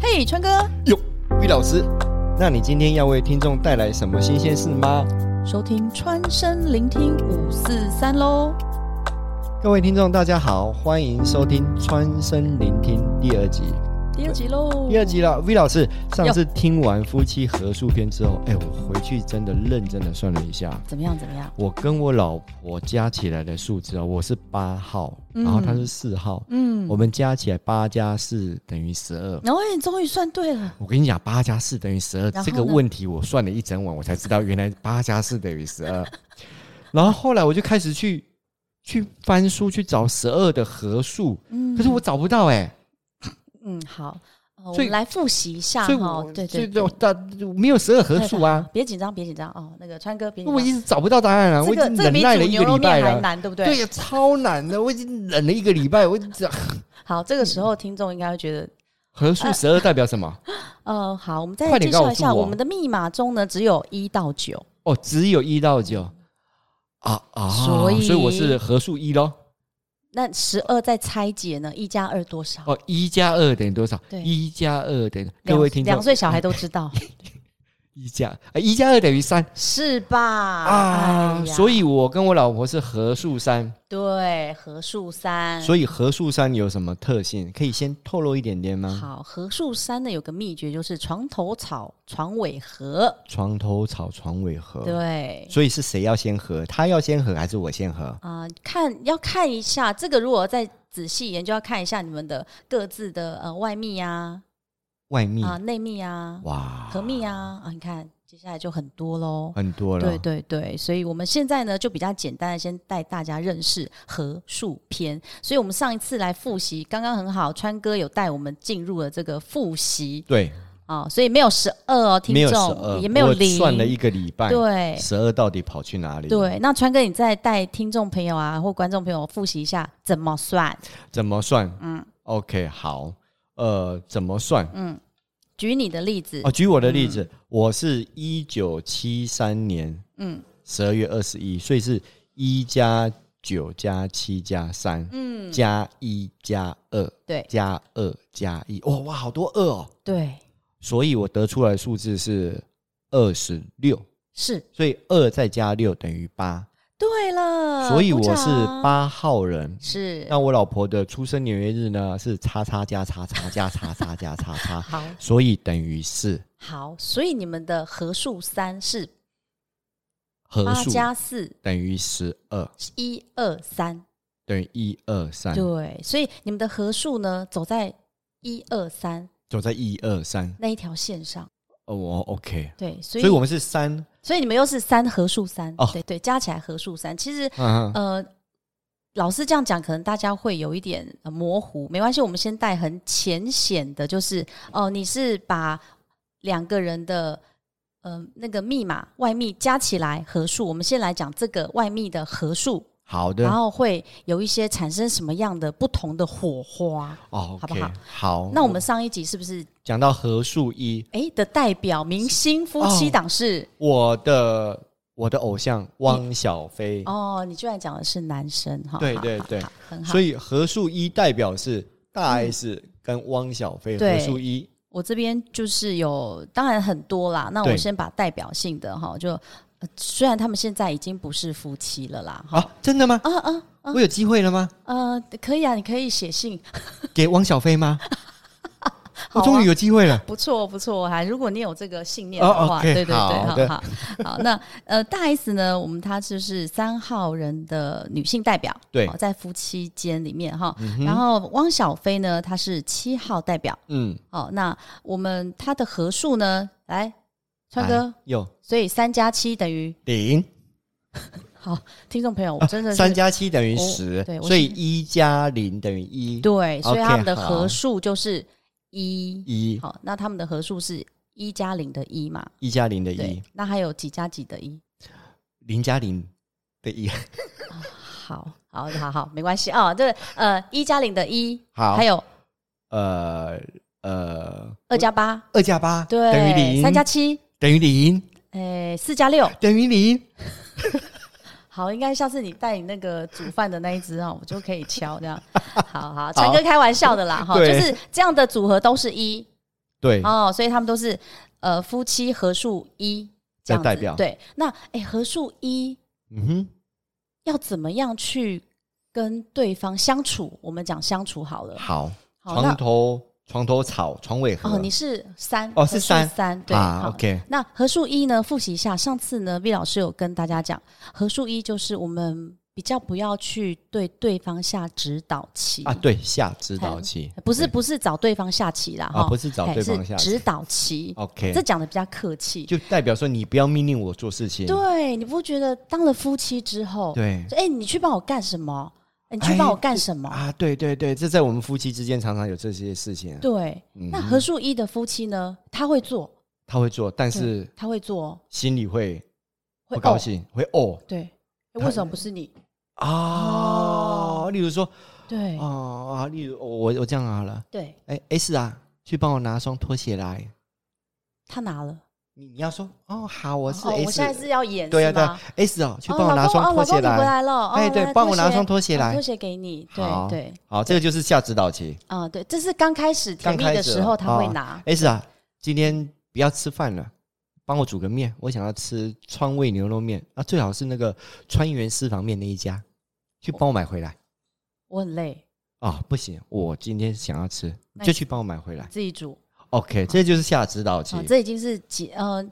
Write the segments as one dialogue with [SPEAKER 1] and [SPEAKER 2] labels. [SPEAKER 1] 嘿，川哥，
[SPEAKER 2] 哟，魏老师，那你今天要为听众带来什么新鲜事吗？
[SPEAKER 1] 收听川声聆听五四三喽。
[SPEAKER 2] 各位听众，大家好，欢迎收听《川声聆听》第二集。
[SPEAKER 1] 第二集喽，
[SPEAKER 2] 第二集了，V 老师，上
[SPEAKER 1] 哟
[SPEAKER 2] 次听完夫妻合宿篇之后，哎，我回去真的认真的算了一下，
[SPEAKER 1] 怎么样？怎么样？
[SPEAKER 2] 我跟我老婆加起来的数字哦，我是八号，然后她是四号，
[SPEAKER 1] 嗯，
[SPEAKER 2] 我们加起来八加四等于十二。
[SPEAKER 1] 然后你终于算对了，
[SPEAKER 2] 我跟你讲，八加四等于十二
[SPEAKER 1] 然后呢
[SPEAKER 2] 这个问题，我算了一整晚，我才知道原来八加四等于十二。 然后后来我就开始去去翻书去找十二的合数，
[SPEAKER 1] 嗯，
[SPEAKER 2] 可是我找不到哎、
[SPEAKER 1] 嗯好，呃我
[SPEAKER 2] 所以
[SPEAKER 1] 们来复习一下
[SPEAKER 2] 所以
[SPEAKER 1] 哈
[SPEAKER 2] 我，
[SPEAKER 1] 对
[SPEAKER 2] 所以
[SPEAKER 1] 对
[SPEAKER 2] 我
[SPEAKER 1] 对，
[SPEAKER 2] 大没有十二合 数啊，
[SPEAKER 1] 别紧张，别紧张哦，那个川哥别紧
[SPEAKER 2] 我
[SPEAKER 1] 张
[SPEAKER 2] 一，直找不到答案啊，
[SPEAKER 1] 这
[SPEAKER 2] 我已
[SPEAKER 1] 个
[SPEAKER 2] 经
[SPEAKER 1] 这个
[SPEAKER 2] 忍
[SPEAKER 1] 比
[SPEAKER 2] 耐
[SPEAKER 1] 煮
[SPEAKER 2] 了一
[SPEAKER 1] 牛
[SPEAKER 2] 个
[SPEAKER 1] 肉面
[SPEAKER 2] 礼拜
[SPEAKER 1] 还
[SPEAKER 2] 了。
[SPEAKER 1] 难，对不对？
[SPEAKER 2] 对呀，超难的，我已经忍了一个礼拜，我这
[SPEAKER 1] 好，这个时候听众应该会觉得
[SPEAKER 2] 合 数十二代表什么？
[SPEAKER 1] 呃，好，我们再
[SPEAKER 2] 快
[SPEAKER 1] 介
[SPEAKER 2] 点
[SPEAKER 1] 绍
[SPEAKER 2] 告
[SPEAKER 1] 一下，
[SPEAKER 2] 诉我
[SPEAKER 1] 我们的密码中呢只有一到九，
[SPEAKER 2] 哦，只有一到九啊啊，
[SPEAKER 1] 所以
[SPEAKER 2] 所以我是合数一喽。
[SPEAKER 1] 那十二再拆解呢，一加二多少？
[SPEAKER 2] 哦，一加二等于多少？
[SPEAKER 1] 对
[SPEAKER 2] 一加二等于
[SPEAKER 1] 两
[SPEAKER 2] 各位听众
[SPEAKER 1] 两，岁小孩都知道，
[SPEAKER 2] 一加啊，一加二等于三
[SPEAKER 1] 是吧？
[SPEAKER 2] 啊，
[SPEAKER 1] 哎呀
[SPEAKER 2] 所以我跟我老婆是合数三，
[SPEAKER 1] 对合数三，
[SPEAKER 2] 所以合数三有什么特性？可以先透露一点点吗？
[SPEAKER 1] 好合数三呢有个秘诀就是床头草，床尾和，
[SPEAKER 2] 床头吵，床尾和。
[SPEAKER 1] 对。
[SPEAKER 2] 呃所以是谁要先合？他要先合还是我先合？
[SPEAKER 1] 啊、看要看一下这个，如果再仔细研究，要看一下你们的各自的呃外密啊、
[SPEAKER 2] 外密、
[SPEAKER 1] 啊内密啊、
[SPEAKER 2] 哇，
[SPEAKER 1] 合密啊啊，你看接下来就很多喽。
[SPEAKER 2] 很多了。
[SPEAKER 1] 对对对，所以我们现在呢就比较简单的先带大家认识合数篇。所以我们上一次来复习，刚刚很好，川哥有带我们进入了这个复习
[SPEAKER 2] 对
[SPEAKER 1] 啊、所以没有十二哦，听
[SPEAKER 2] 没有十
[SPEAKER 1] 众
[SPEAKER 2] 二，
[SPEAKER 1] 也没有
[SPEAKER 2] 我
[SPEAKER 1] 零，
[SPEAKER 2] 算了一个礼拜，
[SPEAKER 1] 对
[SPEAKER 2] 十二到底跑去哪里？，
[SPEAKER 1] 对。那川哥，你再带听众朋友啊或观众朋友复习一下怎么算？
[SPEAKER 2] 怎么算？
[SPEAKER 1] 嗯
[SPEAKER 2] 嗯，OK，好，呃，怎么算？
[SPEAKER 1] 嗯，举你的例子，
[SPEAKER 2] 哦，举我的例子，我是一九七三年
[SPEAKER 1] 嗯
[SPEAKER 2] 十二月二十一，所以是一加九加七加三
[SPEAKER 1] 嗯，
[SPEAKER 2] 加一加二
[SPEAKER 1] 对
[SPEAKER 2] 加二加一，哇哇，好多二哦！
[SPEAKER 1] 对，
[SPEAKER 2] 所以我得出来的数字是二十六，
[SPEAKER 1] 是
[SPEAKER 2] 所以二再加六等于八，
[SPEAKER 1] 对了，
[SPEAKER 2] 所以
[SPEAKER 1] 呃鼓
[SPEAKER 2] 我是
[SPEAKER 1] 掌，
[SPEAKER 2] 八号人。
[SPEAKER 1] 是
[SPEAKER 2] 那我老婆的出生年月日呢是叉叉加叉叉加叉叉加叉叉，
[SPEAKER 1] 好。
[SPEAKER 2] 所以等于四
[SPEAKER 1] 好，所以你们的合数三是
[SPEAKER 2] 合
[SPEAKER 1] 八
[SPEAKER 2] 数
[SPEAKER 1] 加四
[SPEAKER 2] 等于十二。
[SPEAKER 1] 是一二三，
[SPEAKER 2] 等于一二三，
[SPEAKER 1] 对，所以你们的合数呢走在一二三
[SPEAKER 2] 走在一二三。
[SPEAKER 1] 那一条线上，
[SPEAKER 2] 哦，我 OK，
[SPEAKER 1] 对，所
[SPEAKER 2] 所
[SPEAKER 1] 以
[SPEAKER 2] 以我们是三，
[SPEAKER 1] 所以你们又是三合数三，
[SPEAKER 2] 哦
[SPEAKER 1] 对对，加起来合数三，其实
[SPEAKER 2] 嗯，
[SPEAKER 1] 呃。老师这样讲，可能大家会有一点、呃模糊，没关系，我们先带很浅显的，就是哦、你是把两个人的呃那个密码外密加起来合数，我们先来讲这个外密的合数，
[SPEAKER 2] 好的
[SPEAKER 1] 然，后会有一些产生什么样的不同的火花。
[SPEAKER 2] 哦，
[SPEAKER 1] 好不
[SPEAKER 2] OK，
[SPEAKER 1] 好
[SPEAKER 2] 好，
[SPEAKER 1] 那我们上一集是不是
[SPEAKER 2] 讲到合数一，
[SPEAKER 1] 哎的代表明星夫妻档是
[SPEAKER 2] 我的我的偶像汪小菲，
[SPEAKER 1] 哦你居然讲的是男生哈？
[SPEAKER 2] 对
[SPEAKER 1] 好
[SPEAKER 2] 对
[SPEAKER 1] 好
[SPEAKER 2] 对
[SPEAKER 1] 好很好
[SPEAKER 2] 所。以合数一代表是大 S 跟汪小菲
[SPEAKER 1] 对
[SPEAKER 2] 合数一，
[SPEAKER 1] 我这边就是有，当然很多啦。那我
[SPEAKER 2] 对
[SPEAKER 1] 先把代表性的哈，就、呃虽然他们现在已经不是夫妻了啦，哈
[SPEAKER 2] 啊，真的吗？
[SPEAKER 1] 啊啊
[SPEAKER 2] 我有机会 了吗？
[SPEAKER 1] 呃，可以啊，你可以写信，
[SPEAKER 2] 给汪小菲吗？
[SPEAKER 1] 好
[SPEAKER 2] 我
[SPEAKER 1] 啊
[SPEAKER 2] 终于有机会了，
[SPEAKER 1] 不错不错，还如果你有这个信念的话，
[SPEAKER 2] 哦
[SPEAKER 1] 对
[SPEAKER 2] OK，
[SPEAKER 1] 对对，
[SPEAKER 2] 好
[SPEAKER 1] 好
[SPEAKER 2] 的
[SPEAKER 1] 好好。那呃，大 S 呢，我们她就是三号人的女性代表，
[SPEAKER 2] 对
[SPEAKER 1] 好哦在夫妻间里面哈。然后汪小菲呢，她是七号代表，
[SPEAKER 2] 嗯，
[SPEAKER 1] 哦。那我们她的合数呢，来，川哥
[SPEAKER 2] 来，有
[SPEAKER 1] 所以三加七等于
[SPEAKER 2] 零，
[SPEAKER 1] 好，听众朋友，我真的是、
[SPEAKER 2] 啊三加七等于
[SPEAKER 1] 我
[SPEAKER 2] 十
[SPEAKER 1] 对，我
[SPEAKER 2] 所以
[SPEAKER 1] 是
[SPEAKER 2] 一加零等于一，
[SPEAKER 1] 对，所以
[SPEAKER 2] OK，
[SPEAKER 1] 他们的合
[SPEAKER 2] 好
[SPEAKER 1] 数就是一，
[SPEAKER 2] 一
[SPEAKER 1] 好，那他们的合数是一加零的一嘛，
[SPEAKER 2] 一加零的一
[SPEAKER 1] 对，，那还有几加几的一？
[SPEAKER 2] 零加零的一，
[SPEAKER 1] 好好好好，没关系啊、哦。这个呃，一加零的一，
[SPEAKER 2] 好
[SPEAKER 1] 还有
[SPEAKER 2] 呃呃，
[SPEAKER 1] 二加八，
[SPEAKER 2] 二加八
[SPEAKER 1] 对，
[SPEAKER 2] 等于零，
[SPEAKER 1] 三加七，
[SPEAKER 2] 等于零
[SPEAKER 1] 诶，四加六。
[SPEAKER 2] 等于零，
[SPEAKER 1] 好，应该下次你带你那个煮饭的那一只哦，我就可以 敲这样。好好，陈哥开玩笑的啦哈，就
[SPEAKER 2] 对
[SPEAKER 1] 是这样的组合都是一，
[SPEAKER 2] 对，
[SPEAKER 1] 哦，所以他们都是呃夫妻合数一这
[SPEAKER 2] 在
[SPEAKER 1] 样子
[SPEAKER 2] 代表
[SPEAKER 1] 对，那哎、合数一
[SPEAKER 2] 嗯哼，
[SPEAKER 1] 要怎么样去跟对方相处？我们讲相处好了。
[SPEAKER 2] 好，
[SPEAKER 1] 好，
[SPEAKER 2] 床
[SPEAKER 1] 那
[SPEAKER 2] 头床头草，床尾和，
[SPEAKER 1] 哦，你是三
[SPEAKER 2] 哦是
[SPEAKER 1] 合数
[SPEAKER 2] 三
[SPEAKER 1] 三对
[SPEAKER 2] 啊
[SPEAKER 1] 好
[SPEAKER 2] ，OK，
[SPEAKER 1] 那合数一呢？复习一下，上次呢，V 老师有跟大家讲，合数一就是我们比较不要去对对方下指导棋
[SPEAKER 2] 啊，对，下指导期
[SPEAKER 1] 不是
[SPEAKER 2] 对
[SPEAKER 1] 不是找对方下棋啦，
[SPEAKER 2] 啊，
[SPEAKER 1] 哈、
[SPEAKER 2] 不是找
[SPEAKER 1] 哎
[SPEAKER 2] 对方下
[SPEAKER 1] 是指导棋，
[SPEAKER 2] ，OK，
[SPEAKER 1] 这讲的比较客气。
[SPEAKER 2] 就代表说你不要命令我做事情，
[SPEAKER 1] 对，你不觉得当了夫妻之后，
[SPEAKER 2] 对
[SPEAKER 1] 说，哎、你去帮我干什么？哎你
[SPEAKER 2] 哎
[SPEAKER 1] 去帮我干什么？
[SPEAKER 2] 啊，对对对，这在我们夫妻之间常常有这些事情啊，
[SPEAKER 1] 对，
[SPEAKER 2] 嗯
[SPEAKER 1] 那
[SPEAKER 2] 哼
[SPEAKER 1] 何树一的夫妻呢？他会做，
[SPEAKER 2] 他会做，但是
[SPEAKER 1] 他会做哦，
[SPEAKER 2] 心里会
[SPEAKER 1] 会
[SPEAKER 2] 不高
[SPEAKER 1] 哦。
[SPEAKER 2] 兴，会哦
[SPEAKER 1] 对，哎
[SPEAKER 2] 他
[SPEAKER 1] 为什么不是你？
[SPEAKER 2] 啊，例如说
[SPEAKER 1] 对、
[SPEAKER 2] 哦啊，例如我我这样好了，
[SPEAKER 1] 对，
[SPEAKER 2] 哎 S 啊，去帮我拿双拖鞋来，
[SPEAKER 1] 他拿了。
[SPEAKER 2] 你你要说哦好，我是
[SPEAKER 1] 哦，我现在
[SPEAKER 2] S，
[SPEAKER 1] 是要演
[SPEAKER 2] 对
[SPEAKER 1] 是
[SPEAKER 2] 呀对
[SPEAKER 1] 吗
[SPEAKER 2] 啊？，S 哦，去
[SPEAKER 1] 哦
[SPEAKER 2] 帮我拿双拖鞋
[SPEAKER 1] 老公哦老公你回
[SPEAKER 2] 来，
[SPEAKER 1] 来了，
[SPEAKER 2] 哎对，帮我拿双
[SPEAKER 1] 拖
[SPEAKER 2] 拖鞋
[SPEAKER 1] 哦
[SPEAKER 2] 来
[SPEAKER 1] 拖，鞋给你，
[SPEAKER 2] 好
[SPEAKER 1] 对对，
[SPEAKER 2] 好，这个就是下指导期
[SPEAKER 1] 啊对，这是刚开始甜蜜
[SPEAKER 2] 刚开
[SPEAKER 1] 的
[SPEAKER 2] 始
[SPEAKER 1] 时候他会
[SPEAKER 2] 哦
[SPEAKER 1] 拿，
[SPEAKER 2] ，S 啊，今天不要吃饭了。帮我煮个面，我想要吃川味牛肉面啊，最好是那个川原私房面那一家，去帮我买回来
[SPEAKER 1] 我很累，
[SPEAKER 2] 啊、不行，我今天想要吃，你
[SPEAKER 1] 那
[SPEAKER 2] 就
[SPEAKER 1] 你
[SPEAKER 2] 去帮我买回来。
[SPEAKER 1] 自己煮
[SPEAKER 2] OK，这就是下指导期
[SPEAKER 1] 啊，这已经是几呃。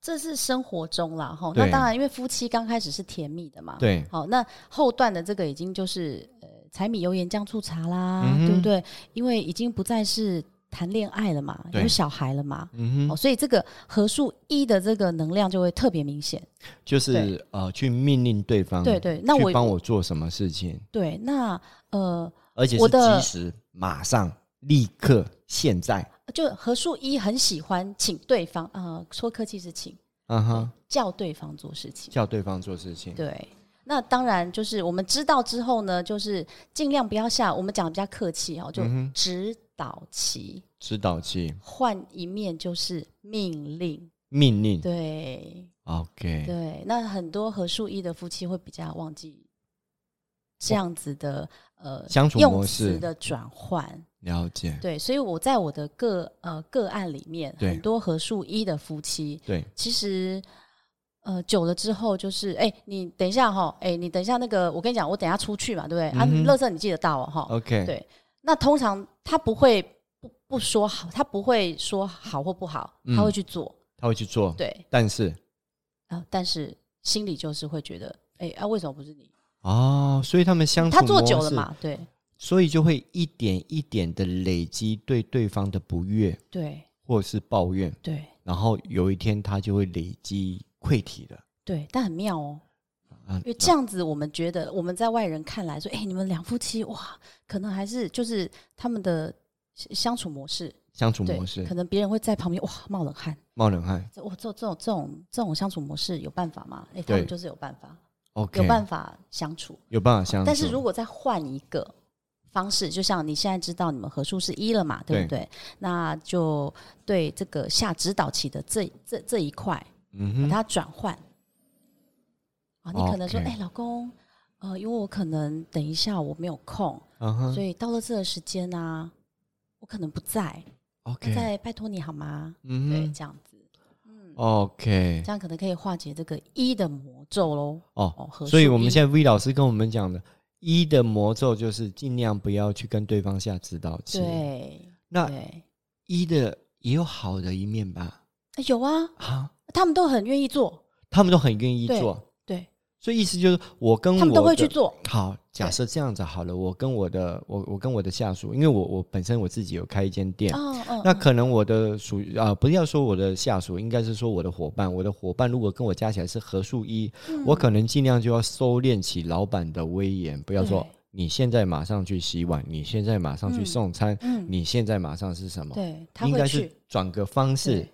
[SPEAKER 1] 这是生活中啦，哈。那
[SPEAKER 2] 对
[SPEAKER 1] 当然，因为夫妻刚开始是甜蜜的嘛，。
[SPEAKER 2] 对，
[SPEAKER 1] 好，那后段的这个已经就是呃，柴米油盐酱醋茶啦，
[SPEAKER 2] 嗯哼
[SPEAKER 1] 对不对？因为已经不再是谈恋爱了嘛，
[SPEAKER 2] 对
[SPEAKER 1] 有小孩了嘛，
[SPEAKER 2] 嗯
[SPEAKER 1] 哦，
[SPEAKER 2] 哼，
[SPEAKER 1] 所以这个合数一的这个能量就会特别明显。
[SPEAKER 2] 就是呃，去命令对方，
[SPEAKER 1] 对对，那我
[SPEAKER 2] 嗯去帮我做什么事情，
[SPEAKER 1] 对，那呃，
[SPEAKER 2] 而且是
[SPEAKER 1] 我的
[SPEAKER 2] 及时、马上、立刻、现在，
[SPEAKER 1] 就何树一很喜欢请对方啊、呃说客气是请，
[SPEAKER 2] 嗯哼，
[SPEAKER 1] 叫对方做事情。
[SPEAKER 2] 叫对方做事情，
[SPEAKER 1] 对，那当然就是我们知道之后呢，就是尽量不要下，我们讲得比较客气哦，就
[SPEAKER 2] 嗯哼
[SPEAKER 1] 指导期，
[SPEAKER 2] 指导期、
[SPEAKER 1] 换一面就是命令。
[SPEAKER 2] 命令。
[SPEAKER 1] 对
[SPEAKER 2] OK，
[SPEAKER 1] 对，那很多何树一的夫妻会比较忘记这样子的呃
[SPEAKER 2] 相处模
[SPEAKER 1] 用词
[SPEAKER 2] 式
[SPEAKER 1] 的转换。
[SPEAKER 2] 了解，
[SPEAKER 1] 对，所以我在我的个呃个案里面，
[SPEAKER 2] 对
[SPEAKER 1] 很多合数一的夫妻，
[SPEAKER 2] 对，
[SPEAKER 1] 其实呃久了之后就是，哎、你等一下哈，哎、你等一下那个，我跟你讲，我等一下出去嘛，对不对？
[SPEAKER 2] 嗯哼
[SPEAKER 1] 啊，垃圾你记得到哦，哈、
[SPEAKER 2] OK，
[SPEAKER 1] 对那通常他不会不不说好，他不会说好或不好，
[SPEAKER 2] 嗯
[SPEAKER 1] 他会去做，
[SPEAKER 2] 他会去做，
[SPEAKER 1] 对，
[SPEAKER 2] 但是
[SPEAKER 1] 啊、但是心里就是会觉得，哎、啊，为什么不是你？
[SPEAKER 2] 哦，所以他们相处
[SPEAKER 1] 他做久
[SPEAKER 2] 模
[SPEAKER 1] 了
[SPEAKER 2] 式，
[SPEAKER 1] 嘛，对
[SPEAKER 2] 所以就会一点一点的累积对对方的不悦
[SPEAKER 1] 对
[SPEAKER 2] 或是抱怨，
[SPEAKER 1] 对
[SPEAKER 2] 然后有一天他就会累积溃体了。
[SPEAKER 1] 对，但很妙哦，
[SPEAKER 2] 啊
[SPEAKER 1] 因为这样子，我们觉得我们在外人看来说，哎、你们两夫妻哇，可能还是就是他们的相相处模式，
[SPEAKER 2] 相处
[SPEAKER 1] 对
[SPEAKER 2] 模式，
[SPEAKER 1] 可能别人会在旁边哇冒冷汗，
[SPEAKER 2] 冒冷汗。
[SPEAKER 1] 这我这这种这种这种相处模式有办法吗？哎、他
[SPEAKER 2] 对
[SPEAKER 1] 们就是有办法，
[SPEAKER 2] OK，
[SPEAKER 1] 有办法相处。
[SPEAKER 2] 有办法相处。
[SPEAKER 1] 但是如果再换一个方式，就像你现在知道你们合数是一了嘛，对不对？那就对这个下指导期的这这这一块，
[SPEAKER 2] 嗯
[SPEAKER 1] 把
[SPEAKER 2] 哼，
[SPEAKER 1] 它转换。啊，你可能说，
[SPEAKER 2] OK
[SPEAKER 1] 哎、老公，呃，因为我可能等一下我没有空，
[SPEAKER 2] 嗯
[SPEAKER 1] 所
[SPEAKER 2] 哼
[SPEAKER 1] 以到了这个时间啊，我可能不在，那
[SPEAKER 2] ，OK，
[SPEAKER 1] 再拜托你好吗？
[SPEAKER 2] 嗯
[SPEAKER 1] 对，
[SPEAKER 2] 哼
[SPEAKER 1] 这样子，嗯，
[SPEAKER 2] ，OK，
[SPEAKER 1] 这样可能可以化解这个一的魔咒喽。
[SPEAKER 2] 哦，
[SPEAKER 1] 哦，合
[SPEAKER 2] 所以
[SPEAKER 1] 数
[SPEAKER 2] 我们
[SPEAKER 1] 一
[SPEAKER 2] 现在 V 老师跟我们讲的，一的魔咒就是尽量不要去跟对方下指导棋。，
[SPEAKER 1] 对
[SPEAKER 2] 那
[SPEAKER 1] 对、
[SPEAKER 2] 一的也有好的一面吧？
[SPEAKER 1] 哎有啊，
[SPEAKER 2] 啊，
[SPEAKER 1] 他们都很愿意做，
[SPEAKER 2] 他们都很愿意
[SPEAKER 1] 对
[SPEAKER 2] 做，
[SPEAKER 1] 对
[SPEAKER 2] 所以意思就是我跟我
[SPEAKER 1] 他们都会去
[SPEAKER 2] 的
[SPEAKER 1] 做。
[SPEAKER 2] 好，假
[SPEAKER 1] 对
[SPEAKER 2] 设这样子好了，我跟我的我我跟我的下属，因为我我本身我自己有开一间店，
[SPEAKER 1] 哦哦，
[SPEAKER 2] 那
[SPEAKER 1] 嗯
[SPEAKER 2] 可能我的属于啊、不要说我的下属，应该是说我的伙伴。我的伙伴如果跟我加起来是合数一，
[SPEAKER 1] 嗯
[SPEAKER 2] 我可能尽量就要收敛起老板的威严，不要说
[SPEAKER 1] 对
[SPEAKER 2] 你现在马上去洗碗，你现在马上去
[SPEAKER 1] 嗯
[SPEAKER 2] 送餐，
[SPEAKER 1] 嗯
[SPEAKER 2] 你现在马上是什么？
[SPEAKER 1] 对，他
[SPEAKER 2] 应该
[SPEAKER 1] 会
[SPEAKER 2] 是
[SPEAKER 1] 去，
[SPEAKER 2] 转个方式
[SPEAKER 1] 对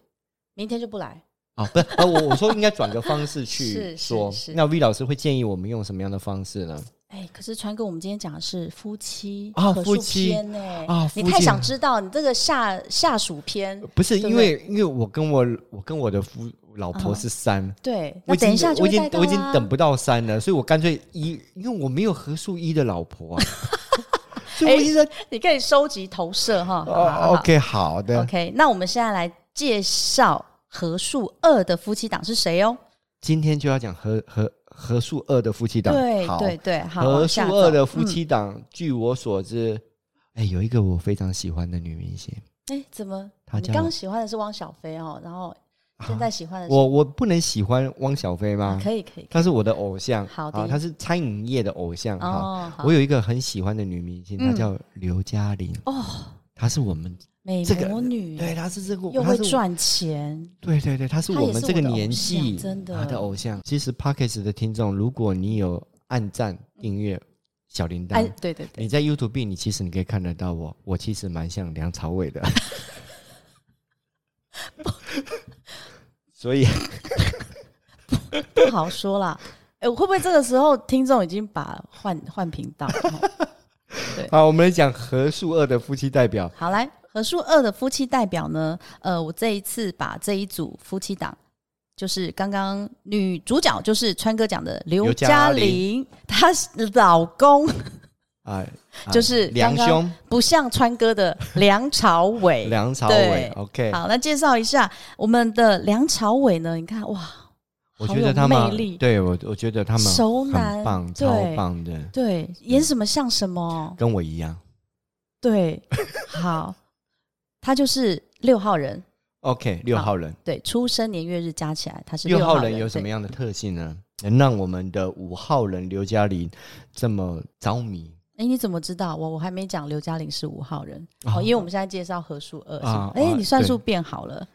[SPEAKER 1] 明天就不来。
[SPEAKER 2] 啊，不是啊，我我说应该转个方式去
[SPEAKER 1] 是是
[SPEAKER 2] 说。
[SPEAKER 1] 是
[SPEAKER 2] 那 V 老师会建议我们用什么样的方式呢？
[SPEAKER 1] 哎，可是川哥，我们今天讲的是夫妻
[SPEAKER 2] 啊
[SPEAKER 1] 可
[SPEAKER 2] 夫
[SPEAKER 1] 数
[SPEAKER 2] 妻
[SPEAKER 1] 篇呢
[SPEAKER 2] 啊呃
[SPEAKER 1] 你
[SPEAKER 2] 夫
[SPEAKER 1] 太
[SPEAKER 2] 妻
[SPEAKER 1] 想知道你这个下下属篇，
[SPEAKER 2] 不是
[SPEAKER 1] 对
[SPEAKER 2] 因
[SPEAKER 1] 不对
[SPEAKER 2] 为因为我跟我我跟我的夫老婆
[SPEAKER 1] 啊
[SPEAKER 2] 是三、
[SPEAKER 1] 对，那
[SPEAKER 2] 我已经
[SPEAKER 1] 等一下就
[SPEAKER 2] 我已
[SPEAKER 1] 会
[SPEAKER 2] 经
[SPEAKER 1] 带到
[SPEAKER 2] 我已经
[SPEAKER 1] 啦
[SPEAKER 2] 啊 等不到三了，所以我干脆一，因为我没有合数一的老婆啊，是我一人。
[SPEAKER 1] 你可以收集投射哈。哎好好好
[SPEAKER 2] 哦，OK，好的。
[SPEAKER 1] OK，那我们现在来介绍合数二的夫妻档是谁哦？
[SPEAKER 2] 今天就要讲合合合数二的夫妻档，
[SPEAKER 1] 对
[SPEAKER 2] 好，
[SPEAKER 1] 对对，好，
[SPEAKER 2] 合
[SPEAKER 1] 往
[SPEAKER 2] 数
[SPEAKER 1] 下
[SPEAKER 2] 二
[SPEAKER 1] 走
[SPEAKER 2] 的
[SPEAKER 1] 嗯
[SPEAKER 2] 夫，妻档，据我所知，哎，有一个我非常喜欢的女明星，
[SPEAKER 1] 哎、诶怎么？
[SPEAKER 2] 她
[SPEAKER 1] 你
[SPEAKER 2] 叫
[SPEAKER 1] 刚喜欢的是汪小菲哦，然后现在喜欢的是、
[SPEAKER 2] 啊我我不能喜欢汪小菲
[SPEAKER 1] 嗯啊
[SPEAKER 2] 吗？
[SPEAKER 1] 可以可以，
[SPEAKER 2] 她是我的偶像，
[SPEAKER 1] 好的
[SPEAKER 2] 啊，她是餐饮业的偶像哈。
[SPEAKER 1] 哦，好
[SPEAKER 2] 嗯我有一个很喜欢的女明星，她
[SPEAKER 1] 嗯
[SPEAKER 2] 叫刘嘉玲，
[SPEAKER 1] 哦，
[SPEAKER 2] 她是我们
[SPEAKER 1] 美
[SPEAKER 2] 这个
[SPEAKER 1] 魔女、
[SPEAKER 2] 对，她是这个，
[SPEAKER 1] 又
[SPEAKER 2] 她
[SPEAKER 1] 会
[SPEAKER 2] 是我
[SPEAKER 1] 赚钱，
[SPEAKER 2] 对对对，他是
[SPEAKER 1] 他
[SPEAKER 2] 我
[SPEAKER 1] 也
[SPEAKER 2] 们
[SPEAKER 1] 是
[SPEAKER 2] 这个
[SPEAKER 1] 我的偶
[SPEAKER 2] 年纪
[SPEAKER 1] 像真的
[SPEAKER 2] 他的偶像。其实 Pockets 的听众，如果你有按赞、订阅、小铃
[SPEAKER 1] 哎
[SPEAKER 2] 铛，，
[SPEAKER 1] 对对对，
[SPEAKER 2] 你在 YouTube 你其实你可以看得到我，我其实蛮像梁朝伟的。所以
[SPEAKER 1] 不好说啦。 哎、我会不会这个时候听众已经把换换频道 了？哦
[SPEAKER 2] 啊，我们来讲何数二的夫妻代表，
[SPEAKER 1] 好，来合数二的夫妻代表呢？呃，我这一次把这一组夫妻档，就是刚刚女主角就是川哥讲的刘
[SPEAKER 2] 刘
[SPEAKER 1] 嘉
[SPEAKER 2] 嘉
[SPEAKER 1] 玲，她老公
[SPEAKER 2] 啊，啊
[SPEAKER 1] 就是
[SPEAKER 2] 梁
[SPEAKER 1] 刚刚
[SPEAKER 2] 兄
[SPEAKER 1] 不像川哥的梁朝伟。
[SPEAKER 2] 梁朝伟
[SPEAKER 1] 对。
[SPEAKER 2] OK，
[SPEAKER 1] 好，那介绍一下我们的梁朝伟呢？你看，哇，
[SPEAKER 2] 我
[SPEAKER 1] 好
[SPEAKER 2] 觉
[SPEAKER 1] 有
[SPEAKER 2] 得他
[SPEAKER 1] 魅力
[SPEAKER 2] 们对我，我觉得他们
[SPEAKER 1] 熟
[SPEAKER 2] 很
[SPEAKER 1] 男
[SPEAKER 2] 棒，
[SPEAKER 1] 对
[SPEAKER 2] 超棒的，
[SPEAKER 1] 对，演什么像什么，
[SPEAKER 2] 跟我一样。
[SPEAKER 1] 对，好，他就是六号人，
[SPEAKER 2] OK，六
[SPEAKER 1] 好
[SPEAKER 2] 号人。
[SPEAKER 1] 对，出生年月日加起来，他是
[SPEAKER 2] 六
[SPEAKER 1] 号
[SPEAKER 2] 号人有什么
[SPEAKER 1] 对
[SPEAKER 2] 样的特性呢？能让我们的五号人刘嘉玲这么着迷
[SPEAKER 1] 哎，你怎么知道？我我还没讲刘嘉玲是五号人
[SPEAKER 2] 啊
[SPEAKER 1] 哦，因为我们现在介绍合数二是吗
[SPEAKER 2] 啊？
[SPEAKER 1] 哎，
[SPEAKER 2] 啊
[SPEAKER 1] 你算
[SPEAKER 2] 对
[SPEAKER 1] 术变好 了，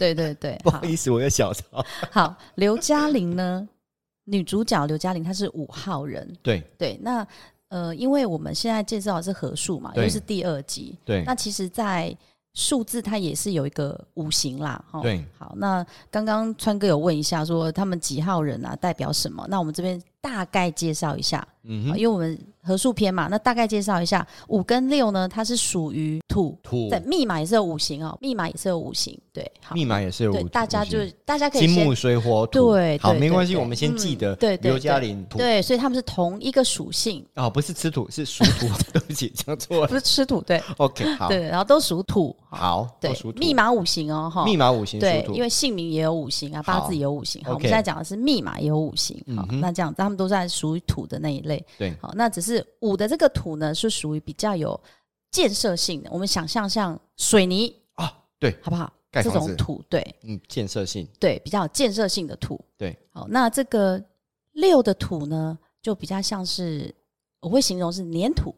[SPEAKER 1] 对对对，
[SPEAKER 2] 不
[SPEAKER 1] 好
[SPEAKER 2] 好意思，我有小 抄。
[SPEAKER 1] 好。刘嘉玲呢，女主角刘嘉玲她是五号人，
[SPEAKER 2] 对
[SPEAKER 1] 对，那呃，因为我们现在介绍的是合数嘛，又
[SPEAKER 2] 对
[SPEAKER 1] 是第二集，
[SPEAKER 2] 对
[SPEAKER 1] 那其实，在数字它也是有一个五行啦，哈。
[SPEAKER 2] 对，
[SPEAKER 1] 好，那刚刚川哥有问一下，说他们几号人啊，代表什么？那我们这边大概介绍一下，
[SPEAKER 2] 嗯
[SPEAKER 1] 因
[SPEAKER 2] 哼，
[SPEAKER 1] 为我们合数篇嘛，那大概介绍一下五跟六呢，它是属于土，
[SPEAKER 2] 土
[SPEAKER 1] 在密码也是有五行哦，密码也是有五行，对，好，
[SPEAKER 2] 密码也是有
[SPEAKER 1] 对
[SPEAKER 2] 五，
[SPEAKER 1] 大家
[SPEAKER 2] 五
[SPEAKER 1] 就
[SPEAKER 2] 行
[SPEAKER 1] 大家可以
[SPEAKER 2] 金
[SPEAKER 1] 先
[SPEAKER 2] 木水火土。
[SPEAKER 1] 对
[SPEAKER 2] 好，
[SPEAKER 1] 对
[SPEAKER 2] 没关系，
[SPEAKER 1] 对
[SPEAKER 2] 我们先记得
[SPEAKER 1] 嗯对对
[SPEAKER 2] 刘嘉玲土
[SPEAKER 1] 对，所以他们是同一个属性，
[SPEAKER 2] 啊，不是吃土， 是属土。对不起，讲错了。
[SPEAKER 1] 不是吃土，对
[SPEAKER 2] OK，好，
[SPEAKER 1] 对，然后都属土，
[SPEAKER 2] 好，
[SPEAKER 1] 对
[SPEAKER 2] 都属，土
[SPEAKER 1] 密码五行哦，哈，
[SPEAKER 2] 密码五行
[SPEAKER 1] 对
[SPEAKER 2] 属，土
[SPEAKER 1] 因。为姓名也有五行啊，八
[SPEAKER 2] 好
[SPEAKER 1] 字也有五行。好，我们
[SPEAKER 2] OK
[SPEAKER 1] 现在讲的是密码也有五行。好
[SPEAKER 2] 嗯，哼
[SPEAKER 1] 那这样他们都在属于土的那一类。
[SPEAKER 2] 对
[SPEAKER 1] 好，那只是五的这个土呢，是属于比较有建设性的。我们想象像水泥，
[SPEAKER 2] 啊，对，
[SPEAKER 1] 好不好？
[SPEAKER 2] 盖
[SPEAKER 1] 这
[SPEAKER 2] 房
[SPEAKER 1] 种
[SPEAKER 2] 子，
[SPEAKER 1] 土，对
[SPEAKER 2] 嗯，建设性
[SPEAKER 1] 对，比较有建设性的土。
[SPEAKER 2] 对，
[SPEAKER 1] 好，那这个六的土呢，就比较像是我会形容是粘土。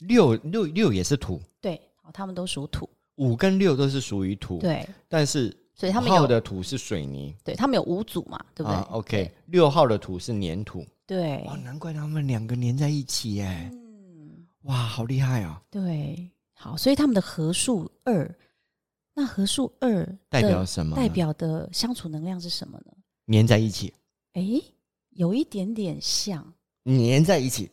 [SPEAKER 2] 六六六也是土，
[SPEAKER 1] 对，好，他们都属土。
[SPEAKER 2] 五跟六都是属于土，
[SPEAKER 1] 对，
[SPEAKER 2] 但是
[SPEAKER 1] 所以他们
[SPEAKER 2] 五号
[SPEAKER 1] 有
[SPEAKER 2] 的土是水泥，
[SPEAKER 1] 对他们有五组嘛，对不对
[SPEAKER 2] 啊、？OK，六号的土是粘土，
[SPEAKER 1] 对
[SPEAKER 2] 哇，，难怪他们两个粘在一起哎，
[SPEAKER 1] 嗯。
[SPEAKER 2] 哇，好厉害啊！
[SPEAKER 1] 对，好，所以他们的合数二，那合数二的
[SPEAKER 2] 代表什么呢？
[SPEAKER 1] 代表的相处能量是什么呢？
[SPEAKER 2] 粘在一起，
[SPEAKER 1] 诶，有一点点像，
[SPEAKER 2] 粘在 一起，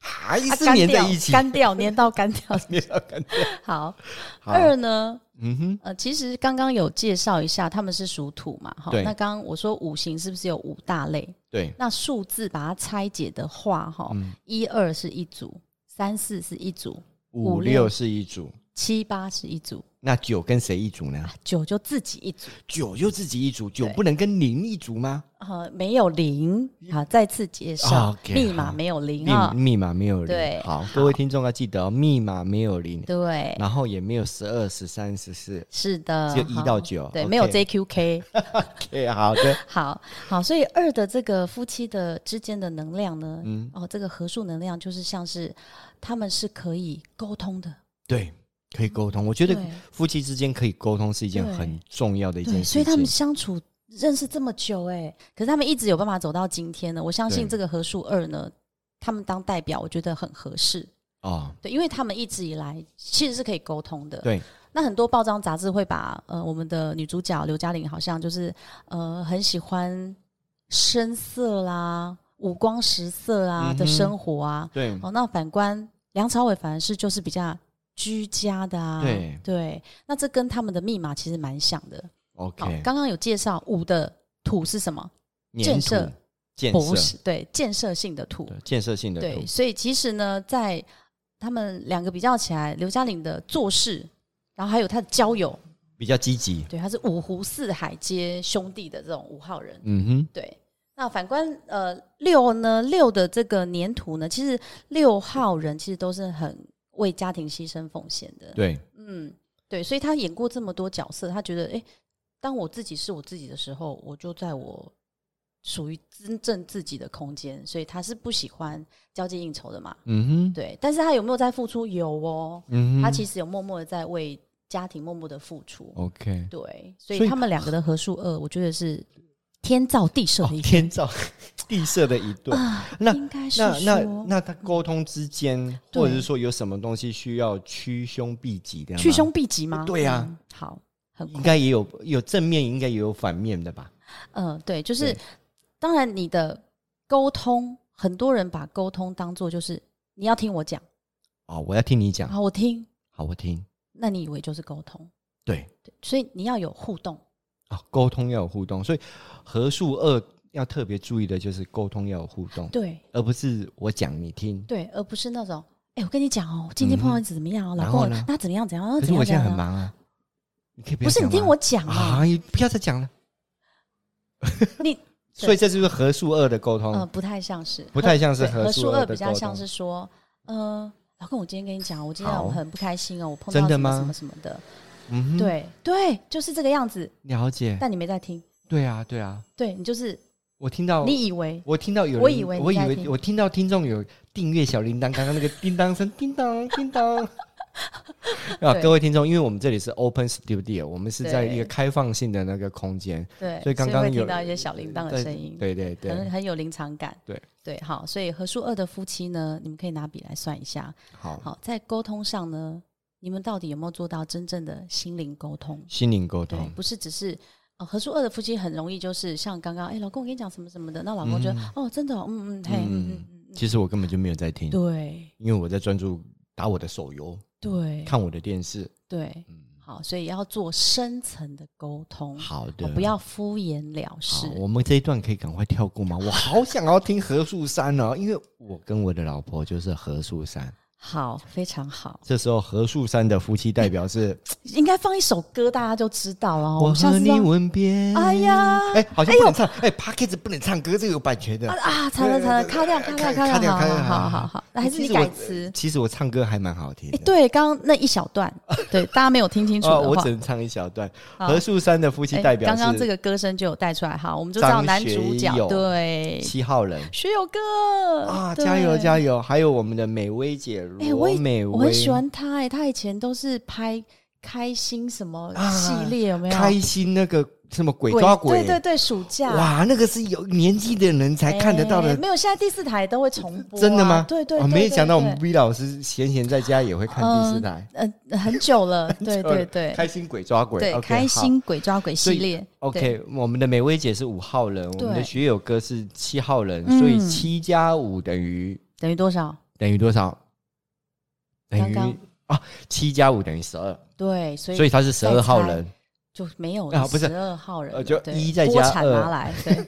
[SPEAKER 2] 还
[SPEAKER 1] 啊
[SPEAKER 2] 是
[SPEAKER 1] 干
[SPEAKER 2] 粘在
[SPEAKER 1] 掉
[SPEAKER 2] 一 起，
[SPEAKER 1] 干掉，粘到干 掉。
[SPEAKER 2] 粘到干掉。
[SPEAKER 1] 好，
[SPEAKER 2] 好，
[SPEAKER 1] 二呢，
[SPEAKER 2] 嗯哼，
[SPEAKER 1] 呃，其实刚刚有介绍一下，他们是属土嘛，哈。
[SPEAKER 2] 对
[SPEAKER 1] 那刚刚我说五行是不是有五大类？
[SPEAKER 2] 对，
[SPEAKER 1] 那数字把它拆解的话，哈，
[SPEAKER 2] 嗯，
[SPEAKER 1] 一二是一组，三四是一组，五
[SPEAKER 2] 五
[SPEAKER 1] 六
[SPEAKER 2] 六是一组，
[SPEAKER 1] 七八是一组，
[SPEAKER 2] 那九跟谁一组呢
[SPEAKER 1] 啊？九就自己一组。
[SPEAKER 2] 九就自己一组，九
[SPEAKER 1] 对
[SPEAKER 2] 不能跟零一组吗？
[SPEAKER 1] 呃，没有零，好，再次介绍、
[SPEAKER 2] 啊，OK，
[SPEAKER 1] 密码
[SPEAKER 2] 好
[SPEAKER 1] 没有零
[SPEAKER 2] 密
[SPEAKER 1] 啊，
[SPEAKER 2] 密码没有
[SPEAKER 1] 对
[SPEAKER 2] 零，好，各位听众要记得哦，密码没有零，
[SPEAKER 1] 对，
[SPEAKER 2] 然后也没有十二、十三、十四，
[SPEAKER 1] 是的，
[SPEAKER 2] 只有一
[SPEAKER 1] 好
[SPEAKER 2] 到九
[SPEAKER 1] 对，
[SPEAKER 2] OK
[SPEAKER 1] 没有 JQK，
[SPEAKER 2] 对，好的，
[SPEAKER 1] 好好，所以二的这个夫妻的之间的能量呢，
[SPEAKER 2] 嗯，
[SPEAKER 1] 哦，这个合数能量就是像是他们是可以沟通的，
[SPEAKER 2] 对，可以沟通。我觉得
[SPEAKER 1] 对
[SPEAKER 2] 夫妻之间可以沟通是一件很重要的一件
[SPEAKER 1] 对，
[SPEAKER 2] 事
[SPEAKER 1] 所
[SPEAKER 2] 情。
[SPEAKER 1] 以他们相处认识这么久，哎，可是他们一直有办法走到今天呢，我相信
[SPEAKER 2] 对
[SPEAKER 1] 这个合数二呢，他们当代表，我觉得很合适。
[SPEAKER 2] 哦，
[SPEAKER 1] 对，因为他们一直以来其实是可以沟通的。
[SPEAKER 2] 对，
[SPEAKER 1] 那很多报章杂志会把呃我们的女主角刘嘉玲好像就是呃很喜欢深色啦、五光十色啊
[SPEAKER 2] 嗯哼
[SPEAKER 1] 的生活啊。
[SPEAKER 2] 对，
[SPEAKER 1] 哦，那反观梁朝伟反而是就是比较居家的啊。
[SPEAKER 2] 对
[SPEAKER 1] 那这跟他们的密码其实蛮像的。好
[SPEAKER 2] OK，，
[SPEAKER 1] 刚刚有介绍五的土是什么？建
[SPEAKER 2] 建
[SPEAKER 1] 设
[SPEAKER 2] 设、建
[SPEAKER 1] 不
[SPEAKER 2] 设、
[SPEAKER 1] 是对建设性的土。
[SPEAKER 2] 对建设性的
[SPEAKER 1] 对，
[SPEAKER 2] 土，
[SPEAKER 1] 所以其实呢，在他们两个比较起来，刘嘉玲的做事，然后还有他的交友，
[SPEAKER 2] 比较积极。
[SPEAKER 1] 对，他是五湖四海皆兄弟的这种五号人。
[SPEAKER 2] 嗯哼，
[SPEAKER 1] 对，那反观呃六呢，六的这个粘土呢，其实六号人其实都是很为家庭牺牲奉献的。
[SPEAKER 2] 对，
[SPEAKER 1] 嗯，对，所以他演过这么多角色，他觉得，哎、当我自己是我自己的时候，我就在我属于真正自己的空间，所以他是不喜欢交际应酬的嘛。
[SPEAKER 2] 嗯哼，
[SPEAKER 1] 对，但是他有没有在付出？有哦，
[SPEAKER 2] 嗯哼，
[SPEAKER 1] 他其实有默默的在为家庭默默的付出。
[SPEAKER 2] OK，
[SPEAKER 1] 对，所
[SPEAKER 2] 所
[SPEAKER 1] 以
[SPEAKER 2] 以
[SPEAKER 1] 他们两个的合数二，我觉得是天造地设
[SPEAKER 2] 哦
[SPEAKER 1] 的一，对、
[SPEAKER 2] 天造 地设的一对。
[SPEAKER 1] 啊，
[SPEAKER 2] 那
[SPEAKER 1] 应该是
[SPEAKER 2] 那那
[SPEAKER 1] 说嗯
[SPEAKER 2] 那他沟通之间，
[SPEAKER 1] 对
[SPEAKER 2] 或者是说有什么东西需要趋凶避吉的吗？
[SPEAKER 1] 去凶避吉吗？
[SPEAKER 2] 对啊
[SPEAKER 1] 嗯好，很
[SPEAKER 2] 应
[SPEAKER 1] 酷。
[SPEAKER 2] 该也有有正面，应该也有反面的吧？
[SPEAKER 1] 嗯、对，就是
[SPEAKER 2] 对
[SPEAKER 1] 当然你的沟通，很多人把沟通当做就是你要听我讲，
[SPEAKER 2] 哦，我要听你讲，
[SPEAKER 1] 好，我听，
[SPEAKER 2] 好，我听。
[SPEAKER 1] 那你以为就是沟通？
[SPEAKER 2] 对，
[SPEAKER 1] 对，所以你要有互动。
[SPEAKER 2] 啊，沟通要有互动，所以合数二要特别注意的就是沟通要有互动，
[SPEAKER 1] 对
[SPEAKER 2] 而不是我讲你听。
[SPEAKER 1] 对，而不是那种。哎、我跟你讲哦，今天碰到你怎么样哦，
[SPEAKER 2] 嗯然
[SPEAKER 1] 老
[SPEAKER 2] 后
[SPEAKER 1] 公，
[SPEAKER 2] 呢
[SPEAKER 1] 那怎么样怎样？
[SPEAKER 2] 可
[SPEAKER 1] 那
[SPEAKER 2] 是
[SPEAKER 1] 怎
[SPEAKER 2] 我
[SPEAKER 1] 样
[SPEAKER 2] 现
[SPEAKER 1] 怎
[SPEAKER 2] 在很
[SPEAKER 1] 样？
[SPEAKER 2] 忙啊，你可以不要
[SPEAKER 1] 不是你
[SPEAKER 2] 讲
[SPEAKER 1] 听
[SPEAKER 2] 吗
[SPEAKER 1] 我讲哦嘛，
[SPEAKER 2] 啊，你不要再讲了。
[SPEAKER 1] 你
[SPEAKER 2] 所以这就是合数二的沟通，
[SPEAKER 1] 嗯，不太像是，
[SPEAKER 2] 哦不太像是
[SPEAKER 1] 对
[SPEAKER 2] 合
[SPEAKER 1] 和
[SPEAKER 2] 数
[SPEAKER 1] 数二
[SPEAKER 2] 二的
[SPEAKER 1] 比较
[SPEAKER 2] 沟通
[SPEAKER 1] 像是说，呃，老公，我今天跟你讲，我今
[SPEAKER 2] 好
[SPEAKER 1] 天我很不开心哦，我碰
[SPEAKER 2] 真
[SPEAKER 1] 到
[SPEAKER 2] 的
[SPEAKER 1] 什么
[SPEAKER 2] 吗
[SPEAKER 1] 什么什么的，
[SPEAKER 2] 嗯哼，
[SPEAKER 1] 对对，就是这个样子，
[SPEAKER 2] 了解，
[SPEAKER 1] 但你没在听，
[SPEAKER 2] 对啊，对啊，
[SPEAKER 1] 对你就是
[SPEAKER 2] 我听到，
[SPEAKER 1] 你以为
[SPEAKER 2] 我听到有人，
[SPEAKER 1] 我以为你
[SPEAKER 2] 我以
[SPEAKER 1] 在
[SPEAKER 2] 为
[SPEAKER 1] 听
[SPEAKER 2] 我听到听众有订阅小铃铛，刚刚那个叮当声，叮当 叮当。啊，
[SPEAKER 1] 对
[SPEAKER 2] 各位听众，因为我们这里是 Open Studio，我们是在
[SPEAKER 1] 对
[SPEAKER 2] 一个开放性的那个空间，
[SPEAKER 1] 对，
[SPEAKER 2] 所以刚
[SPEAKER 1] 会
[SPEAKER 2] 刚有
[SPEAKER 1] 听到一些小铃铛的声音，
[SPEAKER 2] 对对对，
[SPEAKER 1] 很很有临场感，
[SPEAKER 2] 对
[SPEAKER 1] 对，好，所以和数二的夫妻呢，你们可以拿笔来算一下，
[SPEAKER 2] 好，
[SPEAKER 1] 好，在沟通上呢，你们到底有没有做到真正的心灵沟通？
[SPEAKER 2] 心灵沟
[SPEAKER 1] 对
[SPEAKER 2] 通，，
[SPEAKER 1] 不是只是。呃，合数二的夫妻很容易就是像刚刚，哎、老公我跟你讲什么什么的，那老公就、
[SPEAKER 2] 嗯
[SPEAKER 1] 哦，真的哦、嗯嗯，嘿，嗯嗯嗯，
[SPEAKER 2] 其实我根本就没有在听，
[SPEAKER 1] 对
[SPEAKER 2] 因为我在专注打我的手游，
[SPEAKER 1] 对
[SPEAKER 2] 看我的电视。
[SPEAKER 1] 对，
[SPEAKER 2] 嗯，
[SPEAKER 1] 好，所以要做深层的沟通，
[SPEAKER 2] 好的，
[SPEAKER 1] 哦不要敷衍了
[SPEAKER 2] 好
[SPEAKER 1] 事。
[SPEAKER 2] 我们这一段可以赶快跳 过吗？我好想要听何树山哦，因为我跟我的老婆就是何树山。
[SPEAKER 1] 好，非常好，
[SPEAKER 2] 这时候何树山的夫妻代表是
[SPEAKER 1] 应该放一首歌，大家就知道了哦。
[SPEAKER 2] 我
[SPEAKER 1] 下
[SPEAKER 2] 和
[SPEAKER 1] 次
[SPEAKER 2] 你
[SPEAKER 1] 让
[SPEAKER 2] 吻别。
[SPEAKER 1] 哎呀
[SPEAKER 2] 哎，好像不能唱，哎 p a c k a g e 不能唱歌，这个有版权的。
[SPEAKER 1] 啊，惨了惨了，卡掉卡掉
[SPEAKER 2] 卡掉
[SPEAKER 1] 掉，
[SPEAKER 2] 卡
[SPEAKER 1] 好
[SPEAKER 2] 掉
[SPEAKER 1] 好好
[SPEAKER 2] 好
[SPEAKER 1] 好好，那还是
[SPEAKER 2] 其
[SPEAKER 1] 你
[SPEAKER 2] 实我
[SPEAKER 1] 改词。
[SPEAKER 2] 其实我唱歌还蛮好听
[SPEAKER 1] 哎
[SPEAKER 2] 的，，
[SPEAKER 1] 对，刚刚那一小段，对大家没有听清楚
[SPEAKER 2] 哦，
[SPEAKER 1] 的
[SPEAKER 2] 我
[SPEAKER 1] 话
[SPEAKER 2] 只，能唱一小段。
[SPEAKER 1] 好
[SPEAKER 2] 何树山的夫
[SPEAKER 1] 哎
[SPEAKER 2] 妻代表
[SPEAKER 1] 刚刚这
[SPEAKER 2] 是
[SPEAKER 1] 个歌声就有带出来，好，我们就知
[SPEAKER 2] 张
[SPEAKER 1] 道男
[SPEAKER 2] 学
[SPEAKER 1] 主角
[SPEAKER 2] 友
[SPEAKER 1] 对
[SPEAKER 2] 七号人
[SPEAKER 1] 学友哥
[SPEAKER 2] 啊，加油
[SPEAKER 1] 呃对
[SPEAKER 2] 加油！还有我们的美薇姐
[SPEAKER 1] 哎我
[SPEAKER 2] 罗
[SPEAKER 1] 也
[SPEAKER 2] 美薇，
[SPEAKER 1] 我很喜欢他哎、他以前都是拍开心什么系列，有没有？
[SPEAKER 2] 啊开心那个什么鬼抓鬼，
[SPEAKER 1] 哦对对对，暑假
[SPEAKER 2] 哇，那个是有年纪的人才看得到的，
[SPEAKER 1] 哎没有，现在第四台都会重播啊、
[SPEAKER 2] 真的吗？
[SPEAKER 1] 对对
[SPEAKER 2] 啊
[SPEAKER 1] 对
[SPEAKER 2] 没想到我们
[SPEAKER 1] 对
[SPEAKER 2] V 老师闲闲在家也会看第四台，
[SPEAKER 1] 呃很久 了， 对对对
[SPEAKER 2] 开心鬼抓鬼，
[SPEAKER 1] 对
[SPEAKER 2] o k
[SPEAKER 1] 开心鬼抓鬼系列
[SPEAKER 2] OK，我们的美薇姐是五号人，我们的
[SPEAKER 1] 对
[SPEAKER 2] 学友哥是七号人，
[SPEAKER 1] 嗯
[SPEAKER 2] 所以七加五等于
[SPEAKER 1] 等于多少？
[SPEAKER 2] 等于多少？等于
[SPEAKER 1] 刚
[SPEAKER 2] 啊，七加五等于十二，
[SPEAKER 1] 对，所以
[SPEAKER 2] 所以他是十二号
[SPEAKER 1] 再
[SPEAKER 2] 人。
[SPEAKER 1] 就没有
[SPEAKER 2] 啊不是
[SPEAKER 1] 十二号人了、
[SPEAKER 2] 呃就
[SPEAKER 1] 对
[SPEAKER 2] 一再
[SPEAKER 1] 锅
[SPEAKER 2] 加
[SPEAKER 1] 铲
[SPEAKER 2] 二
[SPEAKER 1] 拿来，对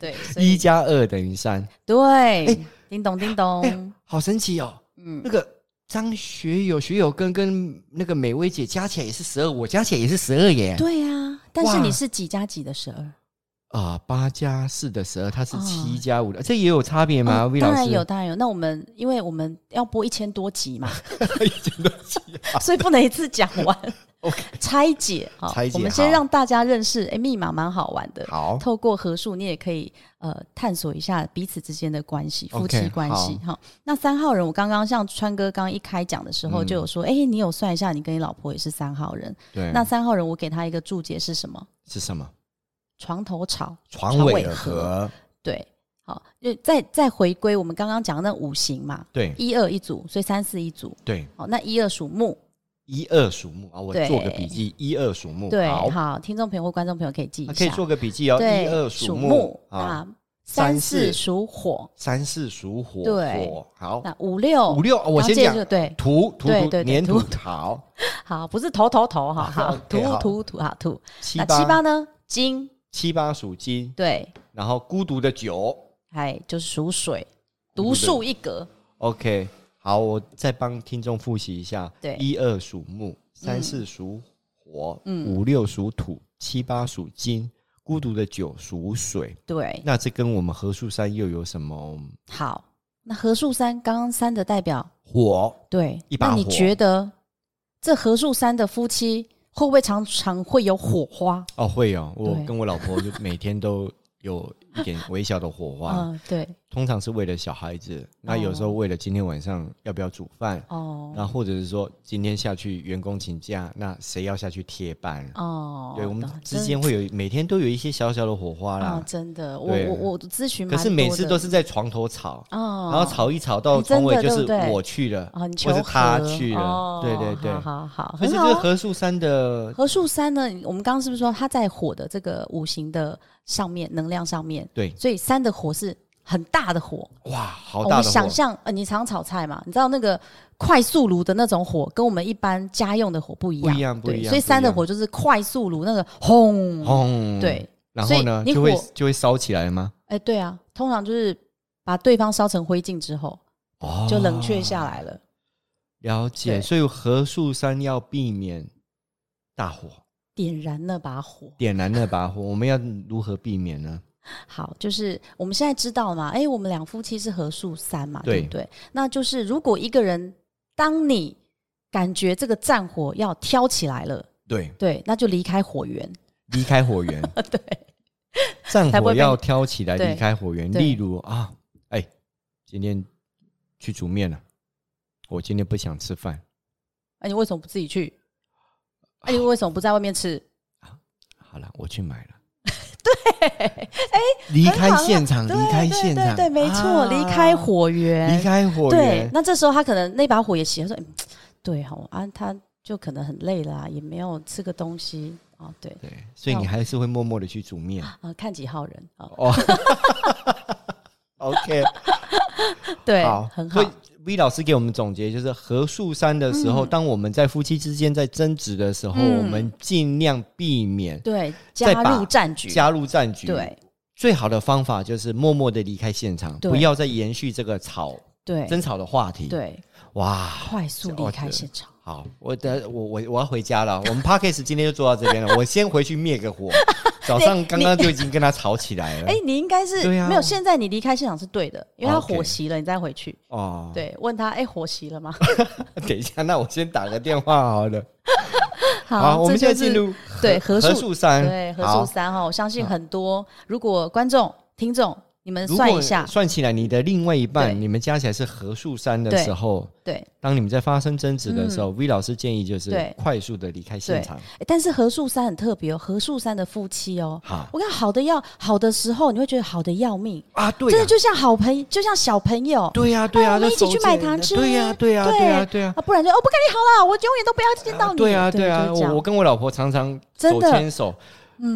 [SPEAKER 1] 对，所以
[SPEAKER 2] 一加二等于三，
[SPEAKER 1] 对、叮咚叮咚，
[SPEAKER 2] 好神奇哦！
[SPEAKER 1] 嗯
[SPEAKER 2] 那个张学友、学友跟跟那个美薇姐加起来也是十二，我加起来也是十二耶。
[SPEAKER 1] 对啊，但是
[SPEAKER 2] 哎哇
[SPEAKER 1] 你是几加几的十二？
[SPEAKER 2] 啊，八加四的十二，它是
[SPEAKER 1] 哦
[SPEAKER 2] 七加五的，这也有差别吗、
[SPEAKER 1] 哦
[SPEAKER 2] v 老
[SPEAKER 1] 当
[SPEAKER 2] 师
[SPEAKER 1] 然有，当然有。那我们因为我们要播一千多集 嘛，
[SPEAKER 2] 一千多集啊
[SPEAKER 1] 所以不能一次讲完。
[SPEAKER 2] OK
[SPEAKER 1] 拆解好，
[SPEAKER 2] 拆解
[SPEAKER 1] 我们
[SPEAKER 2] 好
[SPEAKER 1] 先让大家认识，哎、密码蛮好玩的。
[SPEAKER 2] 好，
[SPEAKER 1] 透过合数，你也可以呃探索一下彼此之间的关系，夫
[SPEAKER 2] OK，
[SPEAKER 1] 妻关系哈。那三号人，我刚刚像川哥刚一开讲的时候
[SPEAKER 2] 嗯
[SPEAKER 1] 就有说，哎、你有算一下，你跟你老婆也是三号人。
[SPEAKER 2] 对，
[SPEAKER 1] 那三号人，我给他一个注解是什么？
[SPEAKER 2] 是什么？
[SPEAKER 1] 床头吵，
[SPEAKER 2] 床
[SPEAKER 1] 床
[SPEAKER 2] 尾
[SPEAKER 1] 尾
[SPEAKER 2] 和
[SPEAKER 1] 和对，好，就再再回归我们刚刚讲的那五行嘛，
[SPEAKER 2] 对
[SPEAKER 1] 一二一组，所以三四一组。
[SPEAKER 2] 对，
[SPEAKER 1] 好，那一二属木，
[SPEAKER 2] 一二属木啊，我
[SPEAKER 1] 对
[SPEAKER 2] 做个笔记，一二属木，
[SPEAKER 1] 对，
[SPEAKER 2] 好，
[SPEAKER 1] 好，听众朋友或观众朋友可以记一
[SPEAKER 2] 啊
[SPEAKER 1] 下，
[SPEAKER 2] 可以做个笔记哦，
[SPEAKER 1] 对，
[SPEAKER 2] 一二
[SPEAKER 1] 属
[SPEAKER 2] 木啊，
[SPEAKER 1] 那
[SPEAKER 2] 三
[SPEAKER 1] 三
[SPEAKER 2] 四
[SPEAKER 1] 四属火，
[SPEAKER 2] 三四属火，
[SPEAKER 1] 对
[SPEAKER 2] 火好，
[SPEAKER 1] 那五六
[SPEAKER 2] 五六，啊我
[SPEAKER 1] 然后
[SPEAKER 2] 先
[SPEAKER 1] 接着
[SPEAKER 2] 讲
[SPEAKER 1] 就对，
[SPEAKER 2] 土土
[SPEAKER 1] 对
[SPEAKER 2] 土
[SPEAKER 1] 对对
[SPEAKER 2] 粘土
[SPEAKER 1] 土
[SPEAKER 2] 好，
[SPEAKER 1] 好，不是头头头，哈，好，
[SPEAKER 2] 啊 OK，
[SPEAKER 1] 土
[SPEAKER 2] 好
[SPEAKER 1] 土土，好土。
[SPEAKER 2] 七
[SPEAKER 1] 那
[SPEAKER 2] 八
[SPEAKER 1] 七八呢？金，
[SPEAKER 2] 七八属金，
[SPEAKER 1] 对，
[SPEAKER 2] 然后孤独的九
[SPEAKER 1] 哎，就是属水，
[SPEAKER 2] 独
[SPEAKER 1] 独树一格。
[SPEAKER 2] ，OK，好，我再帮听众复习一下：
[SPEAKER 1] 对
[SPEAKER 2] 一二属木，三四属火，
[SPEAKER 1] 嗯
[SPEAKER 2] 五六属土，七八属金，孤独的九属水。
[SPEAKER 1] 对，
[SPEAKER 2] 那这跟我们合数三又有什么
[SPEAKER 1] 好，那合数三，刚刚三的代表，
[SPEAKER 2] 火？
[SPEAKER 1] 对，
[SPEAKER 2] 一把
[SPEAKER 1] 那你
[SPEAKER 2] 火
[SPEAKER 1] 觉得这合数三的夫妻会不会常常会有火花？
[SPEAKER 2] 哦，会哦，我
[SPEAKER 1] 对
[SPEAKER 2] 跟我老婆就每天都有一点微小的火花，
[SPEAKER 1] 嗯，对，
[SPEAKER 2] 通常是为了小孩子，那有时候为了今天晚上要不要煮饭，
[SPEAKER 1] 哦，
[SPEAKER 2] 那或者是说今天下去员工请假，那谁要下去贴班？
[SPEAKER 1] 哦，
[SPEAKER 2] 对，我们
[SPEAKER 1] 懂
[SPEAKER 2] 之间会有每天都有一些小小的火花
[SPEAKER 1] 啊，
[SPEAKER 2] 啦，
[SPEAKER 1] 真的，我
[SPEAKER 2] 对
[SPEAKER 1] 我我咨询蛮多
[SPEAKER 2] 可
[SPEAKER 1] 的，
[SPEAKER 2] 是每次都是在床头吵，
[SPEAKER 1] 哦，
[SPEAKER 2] 然后吵一吵到
[SPEAKER 1] 你真
[SPEAKER 2] 床
[SPEAKER 1] 的
[SPEAKER 2] 尾就
[SPEAKER 1] 对
[SPEAKER 2] 是
[SPEAKER 1] 不对
[SPEAKER 2] 我去了，
[SPEAKER 1] 哦，你
[SPEAKER 2] 或
[SPEAKER 1] 求
[SPEAKER 2] 是他
[SPEAKER 1] 和
[SPEAKER 2] 去了，
[SPEAKER 1] 哦
[SPEAKER 2] 对对对，
[SPEAKER 1] 好好好，
[SPEAKER 2] 所以
[SPEAKER 1] 很
[SPEAKER 2] 这
[SPEAKER 1] 好
[SPEAKER 2] 就是
[SPEAKER 1] 啊。
[SPEAKER 2] 何树山的
[SPEAKER 1] 合数三呢，我们刚刚是不是说它在火的这个五行的上面能量上面？
[SPEAKER 2] 对
[SPEAKER 1] 所以三的火是很大的火，
[SPEAKER 2] 哇，
[SPEAKER 1] 哦
[SPEAKER 2] 好
[SPEAKER 1] 我
[SPEAKER 2] 哦大
[SPEAKER 1] 们
[SPEAKER 2] 的
[SPEAKER 1] 想
[SPEAKER 2] 火，
[SPEAKER 1] 象，呃，你常炒菜嘛，你知道那个快速炉的那种火，跟我们一般家用的火不一样，
[SPEAKER 2] 不一样不
[SPEAKER 1] 对
[SPEAKER 2] 一样
[SPEAKER 1] 所以
[SPEAKER 2] 不一
[SPEAKER 1] 三的
[SPEAKER 2] 样
[SPEAKER 1] 火就是快速炉那个轰，
[SPEAKER 2] 轰，，
[SPEAKER 1] 对，
[SPEAKER 2] 然
[SPEAKER 1] 所
[SPEAKER 2] 后
[SPEAKER 1] 以
[SPEAKER 2] 呢
[SPEAKER 1] 你
[SPEAKER 2] 就会
[SPEAKER 1] 火
[SPEAKER 2] 就会烧起来吗？
[SPEAKER 1] 哎、对啊，通常就是把对方烧成灰烬之后，
[SPEAKER 2] 哦
[SPEAKER 1] 就冷却下来了。
[SPEAKER 2] 了
[SPEAKER 1] 对
[SPEAKER 2] 解，所以何树山要避免大火
[SPEAKER 1] 点燃那把火，
[SPEAKER 2] 点燃那 把火，我们要如何避免呢？
[SPEAKER 1] 好，就是我们现在知道嘛，哎、我们两夫妻是合数三嘛，对
[SPEAKER 2] 对
[SPEAKER 1] 不对？那就是如果一个人，当你感觉这个战火要挑起来了，
[SPEAKER 2] 对，
[SPEAKER 1] 对，那就离开火源，
[SPEAKER 2] 离开火源，
[SPEAKER 1] 对，
[SPEAKER 2] 战
[SPEAKER 1] 才不会
[SPEAKER 2] 火
[SPEAKER 1] 被
[SPEAKER 2] 要挑起来
[SPEAKER 1] 对
[SPEAKER 2] 离开火源。
[SPEAKER 1] 对
[SPEAKER 2] 例如啊，哎、今天去煮面了，我今天不想吃饭，
[SPEAKER 1] 啊那、你为什么不自己去？那、你为什么不在外面吃？
[SPEAKER 2] 好了，我去买 了。 对，哎，离开现场，离开现场，
[SPEAKER 1] 啊对，没错，
[SPEAKER 2] 啊
[SPEAKER 1] 离开，火源，
[SPEAKER 2] 离开火
[SPEAKER 1] 对
[SPEAKER 2] 源，，
[SPEAKER 1] 那这时候他可能那把火也熄，他说：“嗯对哦，啊，他就可能很累了、啊，也没有吃个东西哦，对，
[SPEAKER 2] 对，所以你还是会默默的去煮面。
[SPEAKER 1] 啊，看几号人啊、哦，
[SPEAKER 2] 哦 ，OK，
[SPEAKER 1] 对，
[SPEAKER 2] 好，
[SPEAKER 1] 很好
[SPEAKER 2] 所以，V 老师给我们总结就是，合数三的时候，当我们在夫妻之间在争执的时候，
[SPEAKER 1] 嗯
[SPEAKER 2] 我们尽量避免
[SPEAKER 1] 对，
[SPEAKER 2] 再
[SPEAKER 1] 加
[SPEAKER 2] 把
[SPEAKER 1] 入战局，
[SPEAKER 2] 加入战局。，
[SPEAKER 1] 对
[SPEAKER 2] 最好的方法就是默默的离开现场，
[SPEAKER 1] 对
[SPEAKER 2] 不要再延续这个吵
[SPEAKER 1] 对
[SPEAKER 2] 争吵的话题。，
[SPEAKER 1] 对，
[SPEAKER 2] 哇，
[SPEAKER 1] 快速离开现场。”
[SPEAKER 2] 好，我等我我我要回家了。我们 Parkes 今天就做到这边 了，我先回去灭个火。早上刚刚就已经跟他吵起来 了。
[SPEAKER 1] 哎、你应该是、
[SPEAKER 2] 对啊
[SPEAKER 1] 没有。现在你离开现场是对的，因为他
[SPEAKER 2] 哦，OK
[SPEAKER 1] 火熄了，你再回去。
[SPEAKER 2] 哦，
[SPEAKER 1] 对，问他哎、火熄 了吗？
[SPEAKER 2] 等一下，那我先打个电话好了。好，我
[SPEAKER 1] 这
[SPEAKER 2] 们现在
[SPEAKER 1] 就是
[SPEAKER 2] 进入
[SPEAKER 1] 对合数
[SPEAKER 2] 数三，
[SPEAKER 1] 对，合数
[SPEAKER 2] 嗯好嗯
[SPEAKER 1] 三哈，我相信很多如果观众、听众，你们
[SPEAKER 2] 如
[SPEAKER 1] 算
[SPEAKER 2] 果
[SPEAKER 1] 一下，
[SPEAKER 2] 算起来你的另外一
[SPEAKER 1] 对
[SPEAKER 2] 半，你们加起来是合数三的
[SPEAKER 1] 对
[SPEAKER 2] 时候，
[SPEAKER 1] 对。嗯
[SPEAKER 2] 当你们在发生争执的时候、v 老师建议就是
[SPEAKER 1] 对
[SPEAKER 2] 快速的离开现场。
[SPEAKER 1] 欸但是合数三很特别哦，合数三的夫妻哦，
[SPEAKER 2] 好
[SPEAKER 1] 我看好的要好的时候，你会觉得好的要命，
[SPEAKER 2] 啊，对
[SPEAKER 1] 真
[SPEAKER 2] 呀、
[SPEAKER 1] 的就像好朋友，就像小朋友。
[SPEAKER 2] 对呀、对呀、
[SPEAKER 1] 哎我们
[SPEAKER 2] 就
[SPEAKER 1] 一起去
[SPEAKER 2] 手
[SPEAKER 1] 买
[SPEAKER 2] 牵
[SPEAKER 1] 糖
[SPEAKER 2] 着
[SPEAKER 1] 吃
[SPEAKER 2] 对呀、对呀、对呀、对呀、
[SPEAKER 1] 啊，不然就哦，不跟你好了，我永远都不要见到你。
[SPEAKER 2] 对啊，对
[SPEAKER 1] 就是
[SPEAKER 2] 啊，
[SPEAKER 1] 这样
[SPEAKER 2] 我我跟我老婆常常手
[SPEAKER 1] 真的嗯
[SPEAKER 2] 牵手，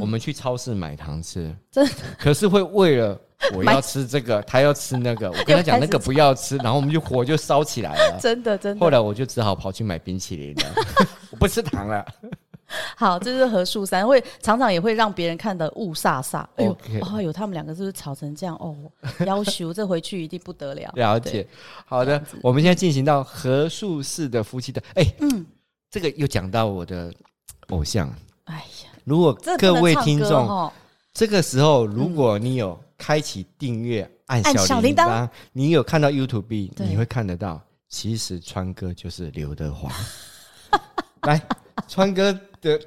[SPEAKER 2] 我们去超市买糖吃，
[SPEAKER 1] 真的
[SPEAKER 2] 可是会为了我
[SPEAKER 1] 买
[SPEAKER 2] 要吃这个，她要吃那个，我跟她讲
[SPEAKER 1] 又开始
[SPEAKER 2] 那个不要吃，然后我们就火就烧起来了。
[SPEAKER 1] 真的真
[SPEAKER 2] 后
[SPEAKER 1] 的
[SPEAKER 2] 来我就只好跑去买冰淇淋 了，我不吃糖了。
[SPEAKER 1] 好，这就是合数三，会常常也会让别人看得雾煞煞。哎呦
[SPEAKER 2] OK，
[SPEAKER 1] 哎呦，他们两个是不是吵成这样？哦，要求这回去一定不得了。
[SPEAKER 2] 了解，好的，我们现在进行到合数式的夫妻的，哎，
[SPEAKER 1] 嗯，
[SPEAKER 2] 这个又讲到我的偶像。
[SPEAKER 1] 哎呀，
[SPEAKER 2] 如果
[SPEAKER 1] 这不
[SPEAKER 2] 各
[SPEAKER 1] 能
[SPEAKER 2] 位
[SPEAKER 1] 唱
[SPEAKER 2] 听
[SPEAKER 1] 歌
[SPEAKER 2] 众，
[SPEAKER 1] 哦
[SPEAKER 2] 这个时候，如果你有开启订阅、按
[SPEAKER 1] 嗯按小
[SPEAKER 2] 小
[SPEAKER 1] 铃
[SPEAKER 2] 铃
[SPEAKER 1] 铛
[SPEAKER 2] 铛，你有看到 YouTube，
[SPEAKER 1] 对
[SPEAKER 2] 你会看得到，其实川哥就是刘德华。 来，川哥的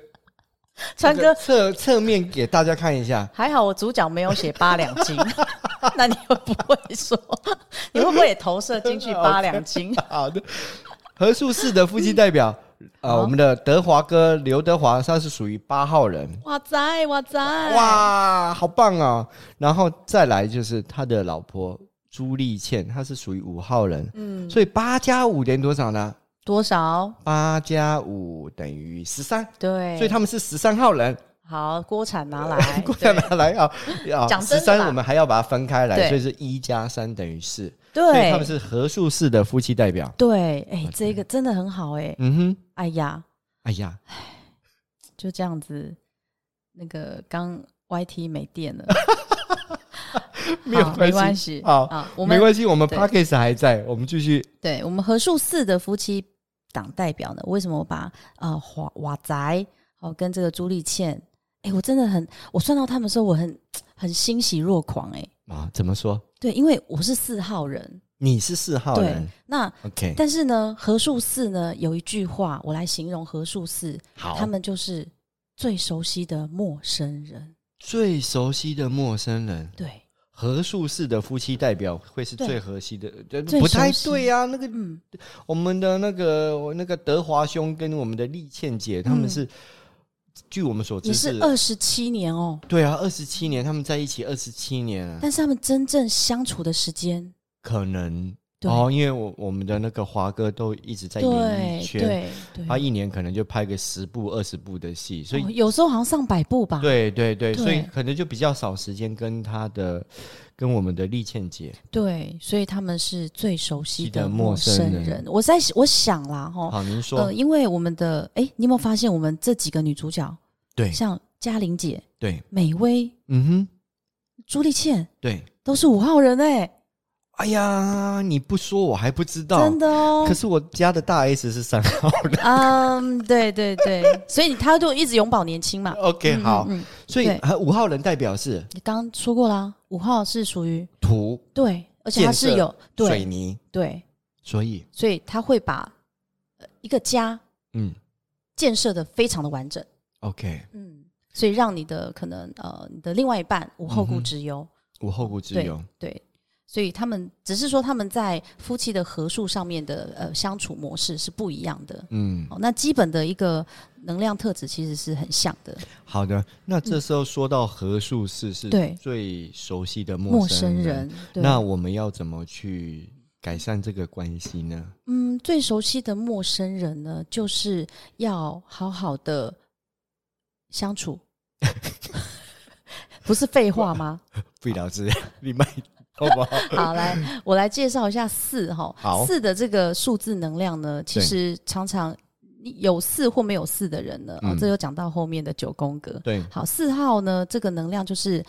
[SPEAKER 1] 川
[SPEAKER 2] 这
[SPEAKER 1] 哥
[SPEAKER 2] 个侧侧面给大家看一下，
[SPEAKER 1] 还好我主角没有写八两 金，那你会不会说？你会不会也投射进去八两 金？
[SPEAKER 2] 好的，何术士的夫妻代表啊、呃
[SPEAKER 1] 好
[SPEAKER 2] 我们的德华哥刘德华，他是属于八号人，
[SPEAKER 1] 哇塞哇塞！
[SPEAKER 2] 哇，好棒啊！然后再来就是他的老婆朱丽倩，她是属于五号人，嗯，所以八加五等于多少呢？
[SPEAKER 1] 多少？
[SPEAKER 2] 八加五等于十三，
[SPEAKER 1] 对，
[SPEAKER 2] 所以他们是十三号人。
[SPEAKER 1] 好锅铲拿 来，
[SPEAKER 2] 过来拿来啊啊！
[SPEAKER 1] 讲
[SPEAKER 2] 十
[SPEAKER 1] 真的啦
[SPEAKER 2] 三我们还要把它分
[SPEAKER 1] 对
[SPEAKER 2] 开来，所以是一加三等于四，所以他们
[SPEAKER 1] 对
[SPEAKER 2] 是合数式的夫妻代表。
[SPEAKER 1] 对，哎，这个真的很好哎，
[SPEAKER 2] 嗯哼，
[SPEAKER 1] 哎呀，
[SPEAKER 2] 哎呀，
[SPEAKER 1] 就这样子，那个刚 YT 没电了，
[SPEAKER 2] 没有
[SPEAKER 1] 好
[SPEAKER 2] 关
[SPEAKER 1] 没
[SPEAKER 2] 系
[SPEAKER 1] 关系
[SPEAKER 2] 好
[SPEAKER 1] 啊，我
[SPEAKER 2] 没
[SPEAKER 1] 们
[SPEAKER 2] 关系，我们
[SPEAKER 1] 对
[SPEAKER 2] p a c k a g e 还在，我们继续。
[SPEAKER 1] 对我们合数四的夫妻党代表呢，为什么我把呃华瓦宅哦跟这个朱丽倩，哎、我真的很，我算到他们的时候，我很很欣喜若狂哎、
[SPEAKER 2] 啊，怎么说？
[SPEAKER 1] 对，因为我是四号人，
[SPEAKER 2] 你是四号
[SPEAKER 1] 对
[SPEAKER 2] 人，哎
[SPEAKER 1] 那
[SPEAKER 2] ，OK，
[SPEAKER 1] 但是呢，合数四呢有一句话，我来形容合数四，
[SPEAKER 2] 好。
[SPEAKER 1] 他们就是最熟悉的陌生人。
[SPEAKER 2] 最熟悉的陌生人，
[SPEAKER 1] 对，
[SPEAKER 2] 合数式的夫妻代表会是
[SPEAKER 1] 对
[SPEAKER 2] 最合适的，呃
[SPEAKER 1] 最
[SPEAKER 2] 不太
[SPEAKER 1] 熟悉
[SPEAKER 2] 对啊。那个
[SPEAKER 1] 嗯，
[SPEAKER 2] 我们的那个我那个德华兄跟我们的丽倩姐，他们
[SPEAKER 1] 嗯
[SPEAKER 2] 是、据我们所
[SPEAKER 1] 也
[SPEAKER 2] 知
[SPEAKER 1] 是二十七年哦，
[SPEAKER 2] 对啊，二十七年，他们在一起二十七年啊，
[SPEAKER 1] 但是他们真正相处的时间，
[SPEAKER 2] 可能
[SPEAKER 1] 对
[SPEAKER 2] 哦，因为我我们的那个华哥都一直在演艺
[SPEAKER 1] 对
[SPEAKER 2] 圈，
[SPEAKER 1] 对对，
[SPEAKER 2] 他一年可能就拍个十部二十部的戏，所以
[SPEAKER 1] 哦有时候好像上百步吧。
[SPEAKER 2] 对对对，
[SPEAKER 1] 对
[SPEAKER 2] 所以可能就比较少时间跟他的跟我们的丽倩姐。
[SPEAKER 1] 对，所以他们是最熟悉
[SPEAKER 2] 记得
[SPEAKER 1] 的
[SPEAKER 2] 陌
[SPEAKER 1] 陌
[SPEAKER 2] 生
[SPEAKER 1] 生
[SPEAKER 2] 人
[SPEAKER 1] 人。我在我想啦，哈，
[SPEAKER 2] 好，您说、
[SPEAKER 1] 呃，因为我们的哎，你有没有发现我们这几个女主角，
[SPEAKER 2] 对
[SPEAKER 1] 像嘉玲姐、
[SPEAKER 2] 对，
[SPEAKER 1] 美薇、
[SPEAKER 2] 嗯哼，
[SPEAKER 1] 朱丽倩，
[SPEAKER 2] 对。
[SPEAKER 1] 都是五号人哎、
[SPEAKER 2] 哎呀，你不说我还不知道
[SPEAKER 1] 真。的哦
[SPEAKER 2] 可。是我家的大 S 是三号人。
[SPEAKER 1] 嗯，对对对，所以他就一直永葆年轻嘛。
[SPEAKER 2] OK，好，
[SPEAKER 1] 嗯，嗯
[SPEAKER 2] 所以
[SPEAKER 1] 对
[SPEAKER 2] 啊五号人代表是
[SPEAKER 1] 你刚刚说过啦，五号是属于
[SPEAKER 2] 土、
[SPEAKER 1] 对，而且他
[SPEAKER 2] 建
[SPEAKER 1] 是
[SPEAKER 2] 设
[SPEAKER 1] 有
[SPEAKER 2] 水
[SPEAKER 1] 对
[SPEAKER 2] 泥，
[SPEAKER 1] 对，
[SPEAKER 2] 所以
[SPEAKER 1] 所以他会把呃一个家
[SPEAKER 2] 嗯
[SPEAKER 1] 建设的非常的完整，
[SPEAKER 2] ，OK，
[SPEAKER 1] 嗯，所以让你的可能呃你的另外一半无后
[SPEAKER 2] 嗯
[SPEAKER 1] 顾之忧，
[SPEAKER 2] 无后顾之
[SPEAKER 1] 对
[SPEAKER 2] 忧。
[SPEAKER 1] 对，所以他们只是说他们在夫妻的合数上面的呃相处模式是不一样的。
[SPEAKER 2] 嗯，
[SPEAKER 1] 哦，那基本的一个能量特质其实是很像的，
[SPEAKER 2] 好的。那这时候说到合数式是
[SPEAKER 1] 对
[SPEAKER 2] 最熟悉的陌
[SPEAKER 1] 陌
[SPEAKER 2] 生
[SPEAKER 1] 生
[SPEAKER 2] 人，
[SPEAKER 1] 人。对
[SPEAKER 2] 那我们要怎么去改善这个关系呢？
[SPEAKER 1] 嗯，最熟悉的陌生人呢，就是要好好的相 处，不是废话吗？
[SPEAKER 2] 不了之， 你卖好不好？
[SPEAKER 1] 好，来，我来介绍一下四哈
[SPEAKER 2] 好，
[SPEAKER 1] 四的这个数字能量呢，其
[SPEAKER 2] 对
[SPEAKER 1] 实常常你有四或没有四的人呢，哦
[SPEAKER 2] 嗯，
[SPEAKER 1] 这又讲到后面的九宫格。
[SPEAKER 2] 对
[SPEAKER 1] 好，四号呢，这个能量就是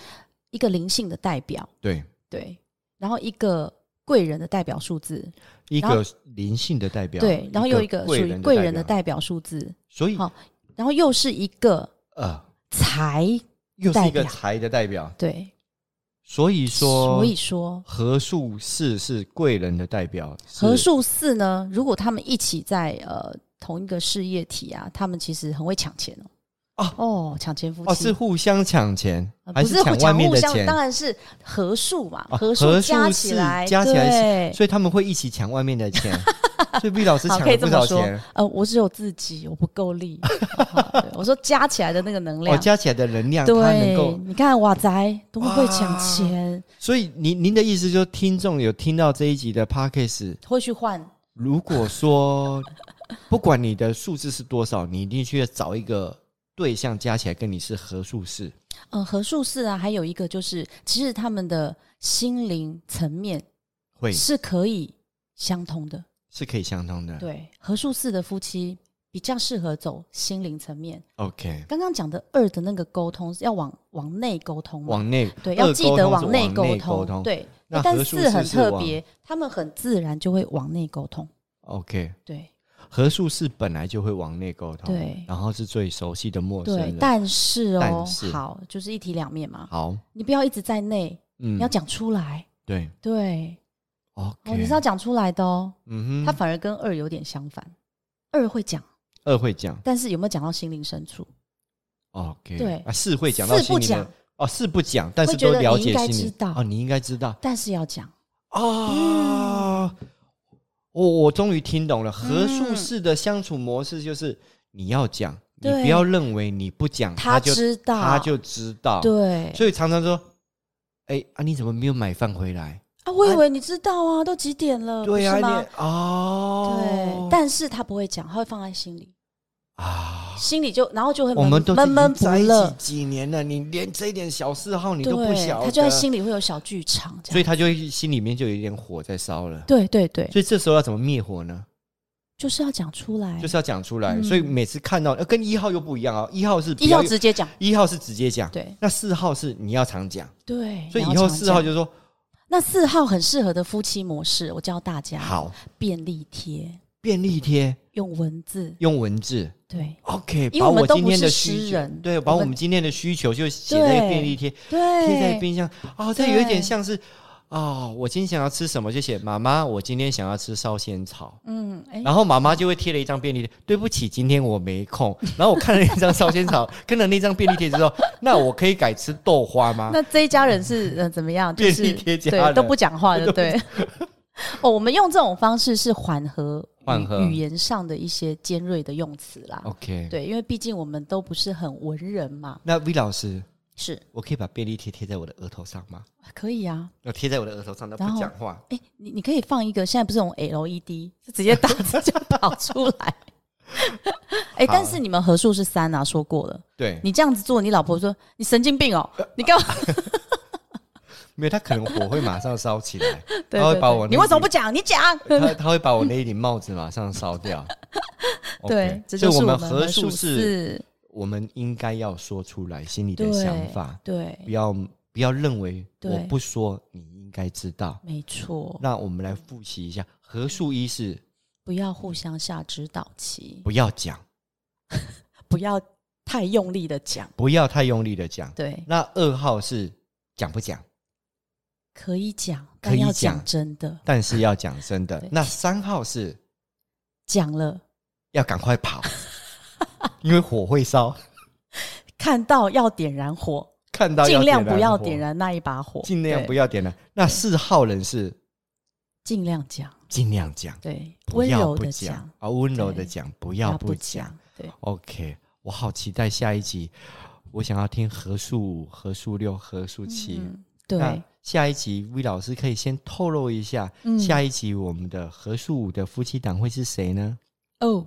[SPEAKER 1] 一个灵性的代表，
[SPEAKER 2] 对，
[SPEAKER 1] 对，然后一个贵人的代表数字，
[SPEAKER 2] 一
[SPEAKER 1] 然后
[SPEAKER 2] 个灵性的代表，
[SPEAKER 1] 对，然后又一个属于贵人的
[SPEAKER 2] 代表，
[SPEAKER 1] 代表数字，
[SPEAKER 2] 所以
[SPEAKER 1] 好然后又是一个
[SPEAKER 2] 呃，
[SPEAKER 1] 财，
[SPEAKER 2] 又是一
[SPEAKER 1] 代
[SPEAKER 2] 个
[SPEAKER 1] 表
[SPEAKER 2] 财的代表，
[SPEAKER 1] 对，
[SPEAKER 2] 所以说，
[SPEAKER 1] 所以说
[SPEAKER 2] 合数四是贵人的代表，是
[SPEAKER 1] 合数四呢，如果他们一起在呃同一个事业体啊，他们其实很会抢钱哦。
[SPEAKER 2] 啊
[SPEAKER 1] 哦，抢钱夫
[SPEAKER 2] 哦
[SPEAKER 1] 妻、
[SPEAKER 2] 是互相抢钱，
[SPEAKER 1] 呃
[SPEAKER 2] 还
[SPEAKER 1] 不是
[SPEAKER 2] 抢
[SPEAKER 1] 互
[SPEAKER 2] 外
[SPEAKER 1] 抢
[SPEAKER 2] 面
[SPEAKER 1] 互
[SPEAKER 2] 的
[SPEAKER 1] 相，
[SPEAKER 2] 钱？
[SPEAKER 1] 当然是合数嘛，
[SPEAKER 2] 啊
[SPEAKER 1] 合
[SPEAKER 2] 合
[SPEAKER 1] 数
[SPEAKER 2] 数
[SPEAKER 1] 加
[SPEAKER 2] 是
[SPEAKER 1] 起来，
[SPEAKER 2] 加起来是
[SPEAKER 1] 对。
[SPEAKER 2] 所以他们会一起抢外面的 钱，所以毕老师
[SPEAKER 1] 好，
[SPEAKER 2] 抢
[SPEAKER 1] 可以
[SPEAKER 2] 了
[SPEAKER 1] 这
[SPEAKER 2] 不
[SPEAKER 1] 么
[SPEAKER 2] 少
[SPEAKER 1] 说
[SPEAKER 2] 钱。。哦
[SPEAKER 1] 呃，我只有自己，我不够 力。好对我说加起来的那个能
[SPEAKER 2] 哦，
[SPEAKER 1] 量，
[SPEAKER 2] 加起来的能量，它能
[SPEAKER 1] 对
[SPEAKER 2] 够，，啊
[SPEAKER 1] 你看哇塞，多么会
[SPEAKER 2] 哇
[SPEAKER 1] 抢钱，
[SPEAKER 2] 所以您您的意思就是，听众有听到这一集的 p a c k a g e
[SPEAKER 1] 会去换
[SPEAKER 2] 如果说不管你的数字是多少，你一定去找一个对象加起来跟你是合数式，
[SPEAKER 1] 呃，合数是啊，还有一个就是，其实他们的心灵层面
[SPEAKER 2] 会
[SPEAKER 1] 是可以相通的。
[SPEAKER 2] 是可以相通的。
[SPEAKER 1] 对，合数四的夫妻比较适合走心灵层面。
[SPEAKER 2] OK，
[SPEAKER 1] 刚刚讲的二的那个沟通是要往往内沟通嘛，
[SPEAKER 2] 往内
[SPEAKER 1] 对，
[SPEAKER 2] 二
[SPEAKER 1] 要记
[SPEAKER 2] 沟
[SPEAKER 1] 得
[SPEAKER 2] 通是
[SPEAKER 1] 往内
[SPEAKER 2] 沟
[SPEAKER 1] 通。对，
[SPEAKER 2] 那
[SPEAKER 1] 但
[SPEAKER 2] 合数
[SPEAKER 1] 四很
[SPEAKER 2] 是
[SPEAKER 1] 特
[SPEAKER 2] 往
[SPEAKER 1] 别，他们很自然就会往内沟通。
[SPEAKER 2] OK，
[SPEAKER 1] 对
[SPEAKER 2] 合数是本来就会往内沟通，
[SPEAKER 1] 对
[SPEAKER 2] 然后是最熟哦悉的陌生
[SPEAKER 1] 对
[SPEAKER 2] 人，。
[SPEAKER 1] 但是哦
[SPEAKER 2] 但，是
[SPEAKER 1] 好，就是一体两面嘛，
[SPEAKER 2] 好，
[SPEAKER 1] 你不要一直在内，
[SPEAKER 2] 嗯
[SPEAKER 1] 你要讲出来。
[SPEAKER 2] 对
[SPEAKER 1] 对，
[SPEAKER 2] ，OK，
[SPEAKER 1] 哦，你是要讲出来的哦。
[SPEAKER 2] 嗯
[SPEAKER 1] 它
[SPEAKER 2] 哼，
[SPEAKER 1] 反而跟二有点相反。二会讲，
[SPEAKER 2] 二会讲
[SPEAKER 1] 但是有没有讲到心灵深处？
[SPEAKER 2] ，OK，
[SPEAKER 1] 对
[SPEAKER 2] 啊，四会讲到
[SPEAKER 1] 四
[SPEAKER 2] 心
[SPEAKER 1] 不
[SPEAKER 2] 里
[SPEAKER 1] 讲
[SPEAKER 2] 的，，哦，四不讲，但是
[SPEAKER 1] 会觉
[SPEAKER 2] 都
[SPEAKER 1] 得
[SPEAKER 2] 了
[SPEAKER 1] 你应
[SPEAKER 2] 解
[SPEAKER 1] 该
[SPEAKER 2] 心里
[SPEAKER 1] 知道
[SPEAKER 2] 哦，你应该知道
[SPEAKER 1] 但是要讲。
[SPEAKER 2] 啊，我我终于听懂了，合数式的相处模式就是你要讲，你
[SPEAKER 1] 对
[SPEAKER 2] 不要认为你不讲
[SPEAKER 1] 他
[SPEAKER 2] 就
[SPEAKER 1] 知道，
[SPEAKER 2] 他就知道，
[SPEAKER 1] 对
[SPEAKER 2] 所以常常说，哎啊，你怎么没有买饭回来？
[SPEAKER 1] 啊，我以为你知道啊，都几点了，
[SPEAKER 2] 对
[SPEAKER 1] 不
[SPEAKER 2] 啊，
[SPEAKER 1] 是
[SPEAKER 2] 你
[SPEAKER 1] 吗？
[SPEAKER 2] 哦
[SPEAKER 1] 对，，但是他不会讲，他会放在心里，
[SPEAKER 2] 啊，
[SPEAKER 1] 心里就然后就会
[SPEAKER 2] 我
[SPEAKER 1] 闷
[SPEAKER 2] 们都
[SPEAKER 1] 闷闷
[SPEAKER 2] 已
[SPEAKER 1] 不
[SPEAKER 2] 经在一起
[SPEAKER 1] 乐，
[SPEAKER 2] 几年了，你连这一点小嗜好你都不
[SPEAKER 1] 对，
[SPEAKER 2] 晓得，
[SPEAKER 1] 他就在，心里会有小剧场这
[SPEAKER 2] 所以
[SPEAKER 1] 样。
[SPEAKER 2] 他就会心里面就有一点火在烧了。
[SPEAKER 1] 对对对，
[SPEAKER 2] 所以这时候要怎么灭火呢？
[SPEAKER 1] 就是要讲出来
[SPEAKER 2] 就，是要讲出来。所以每次看到，呃，跟一号又不一样啊、一号是
[SPEAKER 1] 嗯
[SPEAKER 2] 比
[SPEAKER 1] 一
[SPEAKER 2] 较
[SPEAKER 1] 要直接讲，
[SPEAKER 2] 一号是直接讲，
[SPEAKER 1] 对
[SPEAKER 2] 那四号是你要常讲，
[SPEAKER 1] 对。
[SPEAKER 2] 所以
[SPEAKER 1] 你要
[SPEAKER 2] 以后
[SPEAKER 1] 常
[SPEAKER 2] 四号
[SPEAKER 1] 讲
[SPEAKER 2] 就是说
[SPEAKER 1] 那四号很适合的夫妻模式，我教大家
[SPEAKER 2] 好
[SPEAKER 1] 便利贴，
[SPEAKER 2] 便利贴
[SPEAKER 1] 用文字
[SPEAKER 2] 用文字
[SPEAKER 1] 对
[SPEAKER 2] OK，
[SPEAKER 1] 因为
[SPEAKER 2] 把
[SPEAKER 1] 我们都
[SPEAKER 2] 今
[SPEAKER 1] 不
[SPEAKER 2] 天的
[SPEAKER 1] 是
[SPEAKER 2] 需
[SPEAKER 1] 诗
[SPEAKER 2] 求
[SPEAKER 1] 人，
[SPEAKER 2] 对，把
[SPEAKER 1] 我
[SPEAKER 2] 我
[SPEAKER 1] 们
[SPEAKER 2] 们今天的需求就写在
[SPEAKER 1] 对
[SPEAKER 2] 便利贴，
[SPEAKER 1] 对，
[SPEAKER 2] 贴在冰箱啊、这有
[SPEAKER 1] 对
[SPEAKER 2] 一点像是啊、我今天想要吃什么就写妈妈，我今天想要吃烧仙草。
[SPEAKER 1] 嗯，哎、
[SPEAKER 2] 然后妈妈就会贴了一张便利贴，对不起，今天我没 空。然后我看了那张烧仙草，跟了那张便利贴之后，那我可以改吃豆花吗？
[SPEAKER 1] 那这一家人是呃怎么样？就
[SPEAKER 2] 便
[SPEAKER 1] 是
[SPEAKER 2] 利啊贴家
[SPEAKER 1] 对
[SPEAKER 2] 人
[SPEAKER 1] 都不讲话， 对不对？哦，我们用这种方式是缓和
[SPEAKER 2] 缓
[SPEAKER 1] 语
[SPEAKER 2] 和
[SPEAKER 1] 语言上的一些尖锐的用词啦。
[SPEAKER 2] OK，
[SPEAKER 1] 对，因为毕竟我们都不是很文人嘛，
[SPEAKER 2] 那 V 老师，
[SPEAKER 1] 是
[SPEAKER 2] 我可以把便利贴贴在我的额头上吗？
[SPEAKER 1] 可以啊。
[SPEAKER 2] 要贴在我的额头上，那不
[SPEAKER 1] 然后
[SPEAKER 2] 讲话。
[SPEAKER 1] 哎、你你可以放一个，现在不是那种 LED，就直接打字就跑出 来。哎、
[SPEAKER 2] 啊
[SPEAKER 1] 但是你们合数是三啊，说过了。
[SPEAKER 2] 对，
[SPEAKER 1] 你这样子做，你老婆说你神经病 哦，你干嘛？
[SPEAKER 2] 没有，他可能火会马上烧起 来，
[SPEAKER 1] 对
[SPEAKER 2] 他
[SPEAKER 1] 对
[SPEAKER 2] 会把我
[SPEAKER 1] 对，
[SPEAKER 2] 那
[SPEAKER 1] 你为什么不讲？你讲。
[SPEAKER 2] 他他会把我那一顶帽子马上烧掉。
[SPEAKER 1] 对
[SPEAKER 2] OK，，
[SPEAKER 1] 这
[SPEAKER 2] 所
[SPEAKER 1] 就
[SPEAKER 2] 以
[SPEAKER 1] 是
[SPEAKER 2] 我们
[SPEAKER 1] 合
[SPEAKER 2] 合数是，
[SPEAKER 1] 四。
[SPEAKER 2] 我们应该要说出来心里
[SPEAKER 1] 对
[SPEAKER 2] 的想法，
[SPEAKER 1] 对，
[SPEAKER 2] 不要不要认为
[SPEAKER 1] 对
[SPEAKER 2] 我不说你应该知道。
[SPEAKER 1] 没错，
[SPEAKER 2] 那我们来复习一下，合数一是
[SPEAKER 1] 不要互相下指导棋，
[SPEAKER 2] 不要讲，
[SPEAKER 1] 不要太用力的讲，
[SPEAKER 2] 不要太用力的讲。
[SPEAKER 1] 对，
[SPEAKER 2] 那二号是讲不讲，
[SPEAKER 1] 可以讲，
[SPEAKER 2] 可
[SPEAKER 1] 但
[SPEAKER 2] 以
[SPEAKER 1] 要讲
[SPEAKER 2] 讲
[SPEAKER 1] 真的，
[SPEAKER 2] 但是要讲真的
[SPEAKER 1] 对。
[SPEAKER 2] 那三号是
[SPEAKER 1] 讲了
[SPEAKER 2] 要赶快跑， 因为火会 烧，
[SPEAKER 1] 看到要点燃火，
[SPEAKER 2] 看到
[SPEAKER 1] 尽量不要
[SPEAKER 2] 火
[SPEAKER 1] 点，燃那一把火，
[SPEAKER 2] 尽量
[SPEAKER 1] 对
[SPEAKER 2] 不要点燃。那四号人是
[SPEAKER 1] 尽量讲，
[SPEAKER 2] 尽量讲，
[SPEAKER 1] 对，
[SPEAKER 2] 不
[SPEAKER 1] 温
[SPEAKER 2] 要
[SPEAKER 1] 柔
[SPEAKER 2] 不
[SPEAKER 1] 的
[SPEAKER 2] 讲，啊，温柔的
[SPEAKER 1] 对
[SPEAKER 2] 讲，不
[SPEAKER 1] 不
[SPEAKER 2] 要
[SPEAKER 1] 不
[SPEAKER 2] 不讲。，
[SPEAKER 1] 对，
[SPEAKER 2] OK，我好期待下一集，我想要听合数五、合数六、合数七。
[SPEAKER 1] 嗯，
[SPEAKER 2] 那
[SPEAKER 1] 对，
[SPEAKER 2] 下一集 V 老师可以先透露一下，
[SPEAKER 1] 嗯
[SPEAKER 2] 下一集我们的合数五的夫妻档会是谁 呢？
[SPEAKER 1] 哦，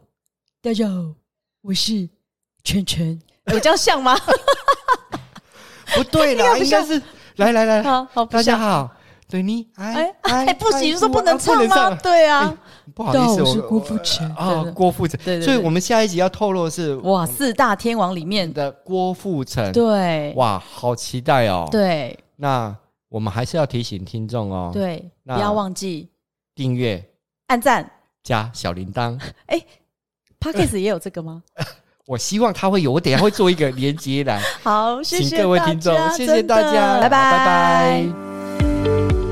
[SPEAKER 1] 大家好，我是圈圈，我这样像吗？
[SPEAKER 2] 不对
[SPEAKER 1] 应该
[SPEAKER 2] 啦，
[SPEAKER 1] 不
[SPEAKER 2] 应该是来来来，
[SPEAKER 1] 好好，不
[SPEAKER 2] 大家
[SPEAKER 1] 像，
[SPEAKER 2] 好，对你
[SPEAKER 1] 哎
[SPEAKER 2] 哎啊
[SPEAKER 1] 哎，不行，就说不
[SPEAKER 2] 不
[SPEAKER 1] 能唱吗？
[SPEAKER 2] 上
[SPEAKER 1] 对啊，
[SPEAKER 2] 哎不好意思，
[SPEAKER 1] 到我
[SPEAKER 2] 我
[SPEAKER 1] 是郭富城
[SPEAKER 2] 啊
[SPEAKER 1] 对，对
[SPEAKER 2] 郭富城。
[SPEAKER 1] 对对对
[SPEAKER 2] 所以我们下一集要透露的是
[SPEAKER 1] 哇，四大天王里面的，
[SPEAKER 2] 的郭富城。
[SPEAKER 1] 对，
[SPEAKER 2] 哇，好期待哦。，
[SPEAKER 1] 对
[SPEAKER 2] 那我们还是要提醒听众哦，
[SPEAKER 1] 对，不
[SPEAKER 2] 那
[SPEAKER 1] 要忘记
[SPEAKER 2] 订阅
[SPEAKER 1] 按赞。
[SPEAKER 2] 加小铃铛。
[SPEAKER 1] Podcast 也有这个吗？
[SPEAKER 2] 我希望他会有，我等一下会做一个连接来，
[SPEAKER 1] 好，谢
[SPEAKER 2] 请
[SPEAKER 1] 谢
[SPEAKER 2] 各位听众
[SPEAKER 1] 大，家
[SPEAKER 2] 谢谢大
[SPEAKER 1] 真的
[SPEAKER 2] 家，
[SPEAKER 1] 拜拜
[SPEAKER 2] 拜拜。